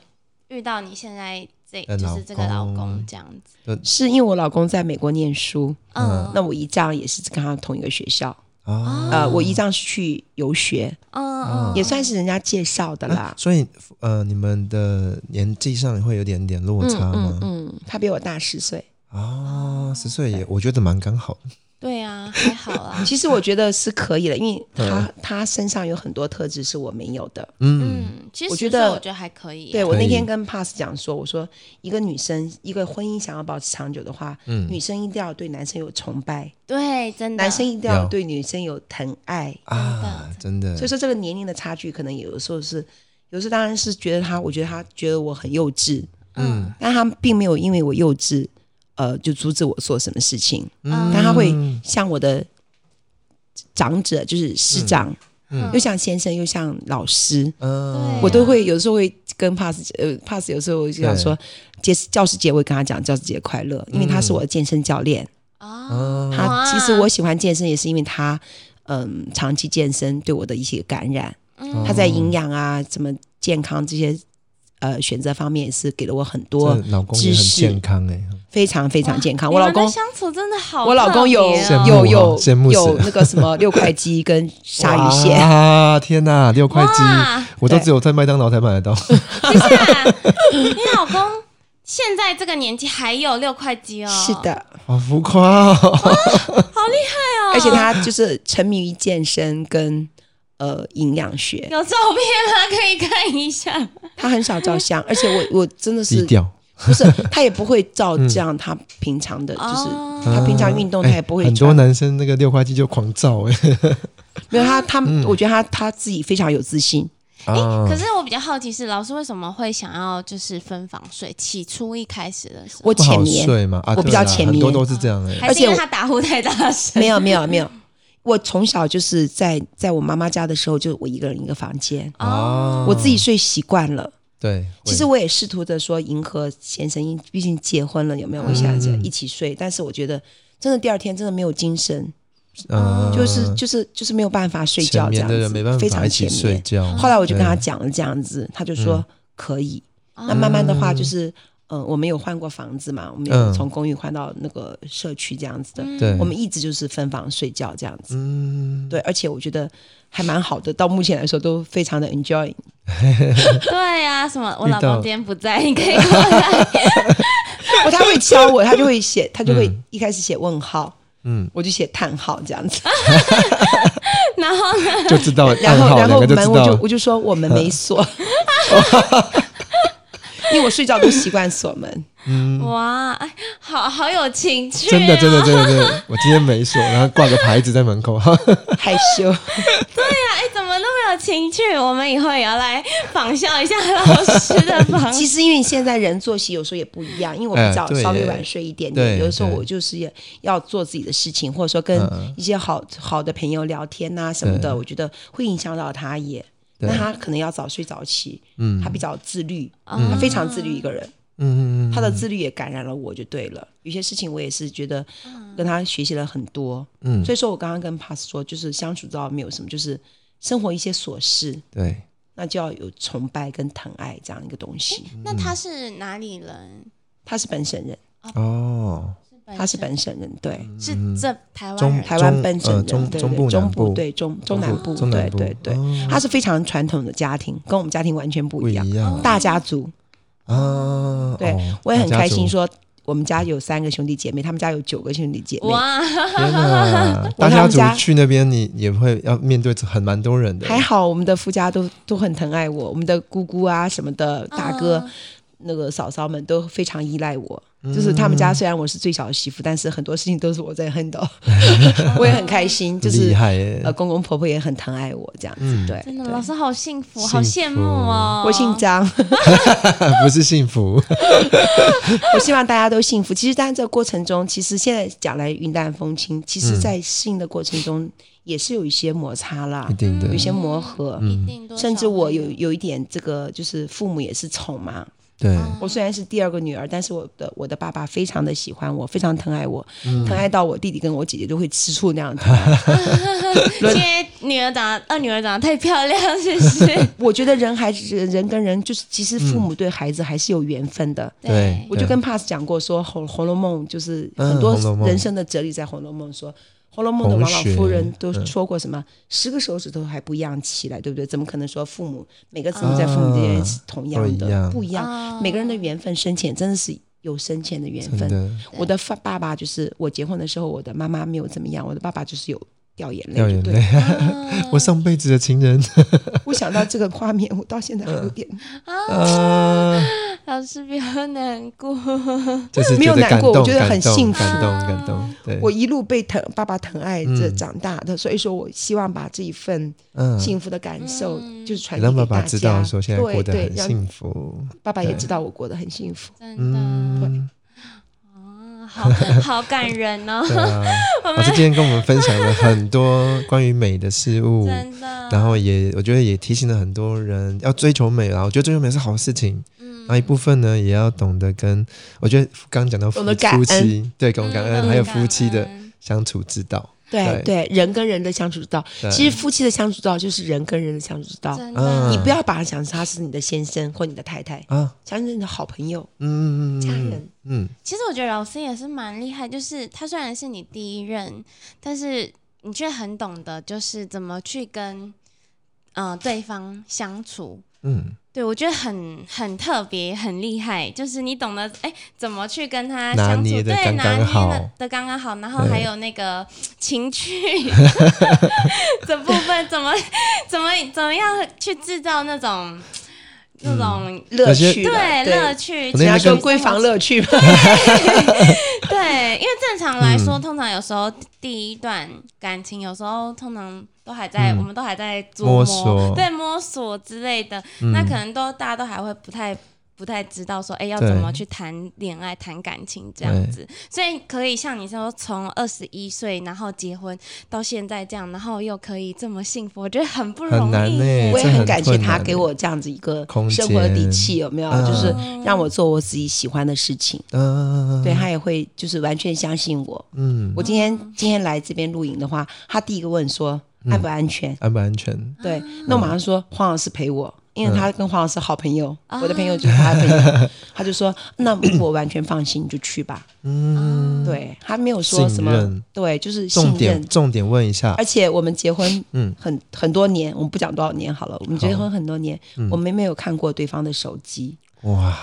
Speaker 1: 遇到你现在这
Speaker 2: 呃
Speaker 1: 就是这个
Speaker 2: 老
Speaker 1: 老
Speaker 2: 公
Speaker 1: 公这样子？
Speaker 3: 是因为我老公在美国念书，
Speaker 2: 嗯
Speaker 1: 嗯，哦
Speaker 3: 那我姨丈也是跟他同一个学校，
Speaker 2: 啊，
Speaker 3: 呃，我姨丈是去游学，
Speaker 1: 嗯嗯，
Speaker 3: 也算是人家介绍的啦
Speaker 2: 啊。所以呃，你们的年纪上会有点点落
Speaker 3: 嗯
Speaker 2: 差
Speaker 3: 嗯
Speaker 2: 吗？
Speaker 3: 嗯，他比我大十岁。
Speaker 2: 啊，十岁也我觉得蛮刚好的，
Speaker 1: 对啊，还好啦。
Speaker 3: 其实我觉得是可以的，因为他
Speaker 2: 嗯
Speaker 3: 他身上有很多特质是我没有的。
Speaker 2: 嗯
Speaker 1: 嗯，其实
Speaker 3: 我觉
Speaker 1: 十岁
Speaker 3: 得
Speaker 1: 我觉得还可以啊。
Speaker 3: 对我
Speaker 2: 可
Speaker 3: 那
Speaker 2: 以
Speaker 3: 天跟 Pass 讲说，我说一个女生一个婚姻想要保持长久的话，
Speaker 2: 嗯
Speaker 3: 女生一定要对男生有崇拜，
Speaker 1: 对，真的，
Speaker 3: 男生一定要
Speaker 2: 有
Speaker 3: 对女生有疼爱。
Speaker 2: 啊，真的
Speaker 3: 所以说这个年龄的差距，可能有的时候是，有时候当然是觉得他，我觉得他觉得我很幼稚，
Speaker 1: 嗯
Speaker 3: 但他并没有因为我幼稚，呃，就阻止我做什么事情。
Speaker 2: 嗯
Speaker 3: 但他会像我的长者，就是师长，
Speaker 2: 嗯
Speaker 3: 又像先生，又像老师，
Speaker 2: 嗯
Speaker 1: 对
Speaker 3: 我都会有时候会跟 Pass 呃 Pass 有时候我就想说，节教师节我会跟他讲教师节快乐，
Speaker 2: 嗯
Speaker 3: 因为他是我的健身教练。
Speaker 1: 啊，
Speaker 2: 啊
Speaker 3: 他
Speaker 1: 哇
Speaker 3: 其实我喜欢健身也是因为他，嗯，长期健身对我的一些感染，
Speaker 1: 嗯
Speaker 3: 他
Speaker 2: 哦
Speaker 3: 在营养啊、什么健康这些呃选择方面也是给了我很多
Speaker 2: 这哦老公也很
Speaker 3: 知识
Speaker 2: 健康哎，
Speaker 3: 非常非常健康。
Speaker 1: 你
Speaker 3: 我
Speaker 1: 们
Speaker 3: 老公
Speaker 1: 的。相处真的好特别哦，
Speaker 3: 我老公有
Speaker 2: 特别哦
Speaker 3: 有
Speaker 2: 羡慕
Speaker 3: 有
Speaker 2: 羡慕死
Speaker 3: 有那个 什么六块肌跟鲨鱼线，
Speaker 2: 啊！天哪，六块鸡，
Speaker 1: 哇，
Speaker 2: 我都
Speaker 3: 对
Speaker 2: 只有在麦当劳才买得到。
Speaker 1: 等一下，你老公现在这个年纪还有六块肌哦，
Speaker 3: 是，的，
Speaker 2: 好浮夸哦！
Speaker 3: 而且他就是沉迷于健身跟呃营养学，
Speaker 1: 有照片啊，可以看一下。
Speaker 3: 他很少照相，而且我我真的
Speaker 2: 低
Speaker 3: 是
Speaker 2: 调，
Speaker 3: 不是他也不会 照这样，他平常的就是
Speaker 1: 哦
Speaker 3: 他平常运动
Speaker 2: 啊
Speaker 3: 他也不会
Speaker 2: 哎很多
Speaker 3: 穿，
Speaker 2: 男生那个六块肌就狂照哎。
Speaker 3: 没有他他
Speaker 2: 嗯
Speaker 3: 我觉得他他自己非常有自信，
Speaker 2: 啊
Speaker 3: 哦
Speaker 1: 可是我比较好奇是，老师为什么会想要就是分房睡？起初一开始的时候，
Speaker 3: 我
Speaker 2: 不好
Speaker 3: 浅眠
Speaker 2: 睡嘛，啊，
Speaker 3: 我
Speaker 2: 对
Speaker 3: 比较
Speaker 2: 啦
Speaker 3: 浅
Speaker 2: 很多
Speaker 3: 眠
Speaker 2: 都是这样哎。
Speaker 1: 还是因
Speaker 3: 而
Speaker 1: 为
Speaker 3: 且
Speaker 1: 他打呼太大声？
Speaker 3: 没有 没有没有，我从小就是在在我妈妈家的时候就我一个人一个房间，
Speaker 1: 哦
Speaker 2: 啊，
Speaker 3: 我自己睡习惯了。
Speaker 2: 对，
Speaker 3: 其实
Speaker 2: 会
Speaker 3: 我也试图着说迎合先生，因毕竟结婚了，有没有？我想着
Speaker 2: 嗯
Speaker 3: 一起睡，但是我觉得真的第二天真的没有精神，
Speaker 2: 嗯
Speaker 3: 就是就是就是没有办法睡觉
Speaker 2: 浅眠
Speaker 3: 这样
Speaker 2: 的
Speaker 3: 子，
Speaker 2: 人没办
Speaker 3: 非
Speaker 2: 法
Speaker 3: 常
Speaker 2: 一起
Speaker 3: 前
Speaker 2: 睡
Speaker 3: 面。
Speaker 2: 觉。
Speaker 3: 后来我就跟他
Speaker 2: 对嗯
Speaker 3: 讲了这样子，他就说可以。
Speaker 1: 哦
Speaker 3: 那慢慢的话就是，呃，我们有换过房子嘛，我们有
Speaker 2: 嗯
Speaker 3: 从公寓换到那个社区这样子的，
Speaker 2: 对，
Speaker 3: 我们一直就是分房睡觉这样子。
Speaker 2: 嗯，
Speaker 3: 对，而且我觉得还蛮好的，到目前来说都非常的 enjoy。
Speaker 1: 对啊，什么？我
Speaker 2: 遇
Speaker 1: 老公
Speaker 2: 到
Speaker 1: 今天不在，你可以过来。
Speaker 3: 不，他会教我，他就 会写，他就会一开始写问号，
Speaker 2: 嗯，
Speaker 3: 我就写叹号 这样子，
Speaker 1: 然后呢？
Speaker 2: 就知道
Speaker 3: 然
Speaker 2: 暗
Speaker 3: 后
Speaker 2: 号，
Speaker 3: 然
Speaker 2: 两
Speaker 3: 后
Speaker 2: 个就知
Speaker 3: 门我就
Speaker 2: 道
Speaker 3: 我就说我们没 锁，因为我睡觉都习惯锁门，
Speaker 1: 哇，哎好好有情趣、哦，
Speaker 3: 啊
Speaker 2: 真的，真的，真的，真的，我今天没锁，然后挂个牌子在门口，
Speaker 3: 害羞。
Speaker 1: 哎，怎么那么有情趣？我们以后也要来仿效一下老师的房
Speaker 3: 其实因为现在人作息有时候也不一样，因为我
Speaker 2: 哎
Speaker 3: 比较
Speaker 2: 对
Speaker 3: 稍微
Speaker 2: 耶
Speaker 3: 晚睡一点
Speaker 2: 对
Speaker 3: 点，有的时候
Speaker 2: 对
Speaker 3: 我就是也要做自己的事情，或者说跟
Speaker 2: 嗯嗯
Speaker 3: 一些好好的朋友聊天呐、什么的，
Speaker 2: 对
Speaker 3: 我觉得会影响到他也。
Speaker 2: 对
Speaker 3: 那他可能要早睡早起，
Speaker 2: 嗯
Speaker 3: 他比较自律，
Speaker 1: 嗯
Speaker 3: 他非常自律一个人。
Speaker 2: 嗯嗯嗯，
Speaker 3: 他的自律也感染了我，就对了。有些事情我也是觉得跟他学习了很多，
Speaker 2: 嗯
Speaker 3: 所以说我刚刚跟 Pass 说，就是相处到没有什么，就是生活一些琐事，
Speaker 2: 对，
Speaker 3: 那就要有崇拜跟疼爱这样一个东西。
Speaker 1: 那他是哪里人？
Speaker 3: 他是本省人，
Speaker 2: 哦，
Speaker 3: 他是本省人，对，
Speaker 1: 是这台湾
Speaker 2: 中
Speaker 1: 人
Speaker 3: 台湾
Speaker 2: 嗯中
Speaker 3: 本省
Speaker 2: 呃
Speaker 3: 人，
Speaker 2: 中
Speaker 3: 对
Speaker 2: 中
Speaker 3: 对
Speaker 2: 部
Speaker 3: 中
Speaker 2: 南部
Speaker 3: 对中中南部，
Speaker 2: 中南
Speaker 3: 对
Speaker 2: 部
Speaker 3: 对对
Speaker 2: 哦，
Speaker 3: 他是非常传统的家庭，跟我们家庭完全不
Speaker 2: 不
Speaker 3: 一
Speaker 2: 一
Speaker 3: 样，
Speaker 2: 样
Speaker 3: 大家族。
Speaker 2: 啊，
Speaker 3: 对
Speaker 2: 哦
Speaker 3: 我也很
Speaker 2: 大家
Speaker 3: 开心，
Speaker 2: 族
Speaker 3: 说我们家有三个兄弟姐妹，他们家有九个兄弟姐妹。
Speaker 1: 哇，
Speaker 2: 天哪，
Speaker 3: 我
Speaker 2: 大
Speaker 3: 他
Speaker 2: 家
Speaker 3: 们
Speaker 2: 族
Speaker 3: 家
Speaker 2: 去那边你也会要面对很蛮多人的，
Speaker 3: 还好我们的夫家都都很疼爱我，我们的姑姑啊什么的，
Speaker 1: 嗯
Speaker 3: 大哥、那个嫂嫂们都非常依赖我。
Speaker 2: 嗯
Speaker 3: 就是他们家虽然我是最小的媳妇，但是很多事情都是我 在 handle，我也很开心。就
Speaker 2: 厉
Speaker 3: 是
Speaker 2: 害嗯耶
Speaker 3: 呃，公公婆婆也很疼爱我，这样子、对。
Speaker 1: 真的
Speaker 3: 对
Speaker 1: 老师好幸福，
Speaker 2: 幸
Speaker 1: 好羡慕哦。
Speaker 3: 我姓张，
Speaker 2: 不是幸福，
Speaker 3: 我希望大家都幸福。其实，当然这个过程中，其实现在讲来云淡风轻，其实在适应的过程中也是有一些摩擦啦
Speaker 2: 一，定的
Speaker 3: 有一，些磨合。
Speaker 1: 嗯一定多少嗯
Speaker 3: 甚至我有有一点这个，就是父母也是宠嘛，
Speaker 2: 对，
Speaker 3: 我虽然是第二个女儿，但是我的我的爸爸非常的喜欢我，非常疼爱我，
Speaker 1: 嗯
Speaker 3: 疼爱到我弟弟跟我姐姐都会吃醋那样子。
Speaker 1: 因为女儿长得，二女儿长得太漂亮，是不 是？
Speaker 3: 我觉得人还是人跟人，就是其实父
Speaker 1: 嗯
Speaker 3: 母对孩子还是有缘分的。
Speaker 2: 对
Speaker 3: 我就跟 Pass 讲过说，红《红楼梦》就是
Speaker 2: 嗯
Speaker 3: 很多
Speaker 2: 红楼梦
Speaker 3: 人生的哲理在《红楼梦》说，《红楼梦》的王老夫人都
Speaker 2: 嗯
Speaker 3: 说过什么？十个手指头还不一样起来，对不对？怎么可能说父母每个字母在父母之间是同样
Speaker 2: 啊啊都一
Speaker 3: 的？
Speaker 2: 样
Speaker 3: 不一样，
Speaker 1: 啊
Speaker 3: 每个人的缘分深浅真的是有深浅的缘
Speaker 2: 真
Speaker 3: 分。
Speaker 2: 的
Speaker 3: 我的爸爸爸就是我结婚的时候，我的妈妈没有怎么样，我的爸爸就是有掉眼泪，
Speaker 2: 掉眼
Speaker 3: 就对
Speaker 2: 泪
Speaker 3: 了。。
Speaker 1: 啊
Speaker 2: 我上辈子的情 人，
Speaker 3: 我想到这个画面，我到现在还有点
Speaker 2: 啊，
Speaker 1: 老师不要难过。
Speaker 2: 就是
Speaker 3: 没有
Speaker 2: 觉得
Speaker 3: 难
Speaker 2: 感
Speaker 3: 过我
Speaker 2: 动，
Speaker 3: 觉得很
Speaker 2: 感动
Speaker 3: 幸福
Speaker 2: 感动，感动。 对，
Speaker 3: 我一路被疼爸爸疼爱着
Speaker 2: 嗯
Speaker 3: 长大的，所以说我希望把这一份
Speaker 2: 嗯，
Speaker 3: 幸福的感受
Speaker 1: 嗯
Speaker 3: 就是传递
Speaker 2: 让
Speaker 3: 给
Speaker 2: 爸
Speaker 3: 大家。
Speaker 2: 爸知道说现在过
Speaker 3: 对
Speaker 2: 得
Speaker 3: 对，
Speaker 2: 很
Speaker 3: 让
Speaker 2: 幸福。
Speaker 3: 爸爸也
Speaker 2: 对
Speaker 3: 知道我过得很幸福。
Speaker 1: 真的、
Speaker 2: 嗯，
Speaker 1: 啊，好好感人哦，
Speaker 2: 对啊，老师今天跟我们分享了很多关于美的事 物，
Speaker 1: 真的。
Speaker 2: 然后也我觉得也提醒了很多人要追求美啦。我觉得追求美是好事情，
Speaker 1: 嗯
Speaker 2: 然后一部分呢也要懂得跟我觉得刚刚讲到夫
Speaker 3: 懂得感
Speaker 2: 夫妻对，懂得感
Speaker 1: 嗯
Speaker 2: 恩，还有夫妻的
Speaker 1: 感恩
Speaker 2: 相处之道。
Speaker 3: 对对，人跟人的相处之道，
Speaker 2: 对
Speaker 3: 其实夫妻的相处之道就是人跟人的相处之道。
Speaker 1: 真
Speaker 2: 嗯
Speaker 1: 的，
Speaker 3: 你不要把他想成他是你的先生或你的太太，
Speaker 2: 啊，
Speaker 3: 想成你的好朋友、
Speaker 2: 嗯，嗯嗯
Speaker 3: 家
Speaker 2: 嗯
Speaker 3: 人。
Speaker 2: 嗯，
Speaker 1: 其实我觉得老师也是蛮厉害，就是他虽然是你第一任，但是你却很懂得就是怎么去跟嗯、呃对方相处。
Speaker 2: 嗯，
Speaker 1: 对，我觉得很很特别，很厉害，就是你懂得哎怎么去跟他
Speaker 2: 拿
Speaker 1: 相处，
Speaker 2: 捏
Speaker 1: 对，
Speaker 2: 得
Speaker 1: 拿
Speaker 2: 刚
Speaker 1: 捏
Speaker 2: 刚
Speaker 1: 的
Speaker 2: 好
Speaker 1: 的刚刚好，然后
Speaker 2: 对
Speaker 1: 还有那个情 趣这部分，怎么怎么怎么样去制造那种那种、
Speaker 3: 乐
Speaker 2: 有些
Speaker 3: 趣了，
Speaker 1: 对乐
Speaker 3: 对，
Speaker 1: 趣，
Speaker 2: 嗯我那
Speaker 3: 人
Speaker 2: 天
Speaker 3: 家
Speaker 2: 在
Speaker 3: 说
Speaker 2: 跟
Speaker 3: 闺房乐趣嘛，
Speaker 1: 对，因为正常来说，
Speaker 2: 嗯
Speaker 1: 通常有时候第一段感情，有时候通常都还在，
Speaker 2: 嗯
Speaker 1: 我们都还在琢
Speaker 2: 摸索
Speaker 1: 对摸索之类的，
Speaker 2: 嗯
Speaker 1: 那可能都大家都还会不太。不太知道说，哎、要
Speaker 2: 对
Speaker 1: 怎么去谈恋爱、谈感情这样子，所以可以像你说，从二十一岁然后结婚到现在这样，然后又可以这么幸福，我觉得很不容
Speaker 2: 很难
Speaker 1: 易
Speaker 2: 呢
Speaker 1: 耶。
Speaker 3: 我也
Speaker 2: 这很
Speaker 3: 很感谢
Speaker 2: 困
Speaker 3: 他
Speaker 2: 难
Speaker 3: 给我这样子一个
Speaker 2: 空
Speaker 3: 生活的底
Speaker 2: 间
Speaker 3: 气，有没有？
Speaker 2: 嗯
Speaker 3: 就是让我做我自己喜欢的事情。
Speaker 2: 嗯，
Speaker 3: 对他也会就是完全相信我。
Speaker 2: 嗯，
Speaker 3: 我今天今天来这边录影的话，他第一个问说
Speaker 2: 嗯
Speaker 3: 安不安全？
Speaker 2: 安不安全？
Speaker 3: 对，那我马上说黄老师陪我，因为他
Speaker 2: 嗯
Speaker 3: 跟黄老师好朋友，我的朋友就是他的 朋友，他就说那我完全放心，你就去吧。
Speaker 1: 啊
Speaker 2: 嗯，
Speaker 3: 对他没有说什
Speaker 2: 信
Speaker 3: 么
Speaker 2: 任，
Speaker 3: 对，就是信
Speaker 2: 重点
Speaker 3: 任。
Speaker 2: 重点问一下
Speaker 3: 而，且我们结婚，
Speaker 2: 嗯
Speaker 3: 很很多年，我们不讲多少年好了，我们结
Speaker 2: 好嗯
Speaker 3: 婚很多年，我们没有看过对方的手机，
Speaker 2: 哇，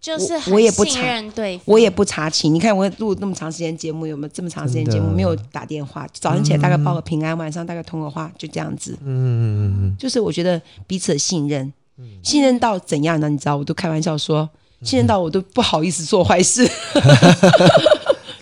Speaker 1: 就是
Speaker 3: 我我也
Speaker 1: 很
Speaker 3: 不
Speaker 1: 信
Speaker 3: 查
Speaker 1: 任对方，
Speaker 3: 我也不查寝，你看我录那么长时间节目，有没有这么长时间节目
Speaker 2: 真的
Speaker 3: 没有打电话？早上起来大概报个平安，晚上大概通个话，就这样子。
Speaker 2: 嗯，
Speaker 3: 就是我觉得彼此的信任，信任到怎样呢？你知道，我都开玩笑说，信任到我都不好意思做 坏事，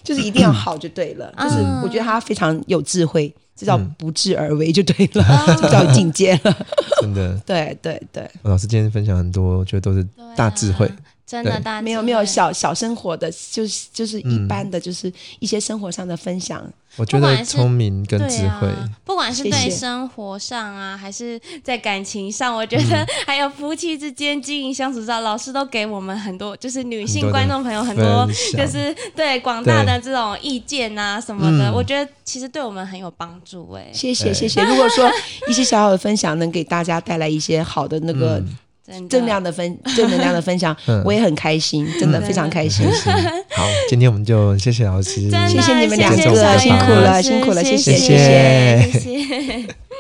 Speaker 3: 就是一定要好就对了。
Speaker 1: 嗯
Speaker 3: 就是我觉得他非常有智慧，这叫
Speaker 2: 啊嗯啊
Speaker 3: 不智而为就对了， 这叫境 界了。
Speaker 2: 真的，
Speaker 3: 对对对，
Speaker 2: 老师今天分享很多，我觉得都是
Speaker 1: 对啊
Speaker 2: 大智慧，
Speaker 1: 真的
Speaker 2: 对
Speaker 1: 大智慧
Speaker 3: 没有没有小小生活的，就是就是一般的，就是一些生活上的分享。
Speaker 2: 我觉
Speaker 1: 不
Speaker 2: 得
Speaker 1: 管是
Speaker 2: 聪明跟智慧，
Speaker 1: 对啊，不管是
Speaker 3: 谢
Speaker 1: 对
Speaker 3: 谢
Speaker 1: 生活上啊，还是在感情上，我觉
Speaker 2: 嗯
Speaker 1: 得 还有夫妻之间经营相处上，老师都给我们很多，就是女性
Speaker 2: 很多的
Speaker 1: 观众朋友很多
Speaker 2: 分，享
Speaker 1: 就是对广大的
Speaker 2: 对
Speaker 1: 这种意见啊什么的，
Speaker 2: 嗯
Speaker 1: 我觉得其实对我们很有帮助哎、
Speaker 3: 谢谢
Speaker 2: 对
Speaker 3: 谢谢。如果说一些小小的分享能给大家带来一些好的那个
Speaker 2: 嗯
Speaker 1: 真的
Speaker 3: 正量的啊分、正能量的分享，
Speaker 2: 嗯
Speaker 3: 我也很开心，真的
Speaker 1: 嗯
Speaker 3: 非常开心
Speaker 2: 很。开心。好，今天我们就谢谢老师，
Speaker 1: 真的啊
Speaker 3: 谢谢你们两
Speaker 2: 个
Speaker 1: 小
Speaker 2: 辛苦
Speaker 1: 杨
Speaker 2: 了
Speaker 1: 老师
Speaker 3: 辛苦了谢
Speaker 1: 谢
Speaker 3: 谢
Speaker 1: 谢
Speaker 2: 谢
Speaker 1: 谢谢。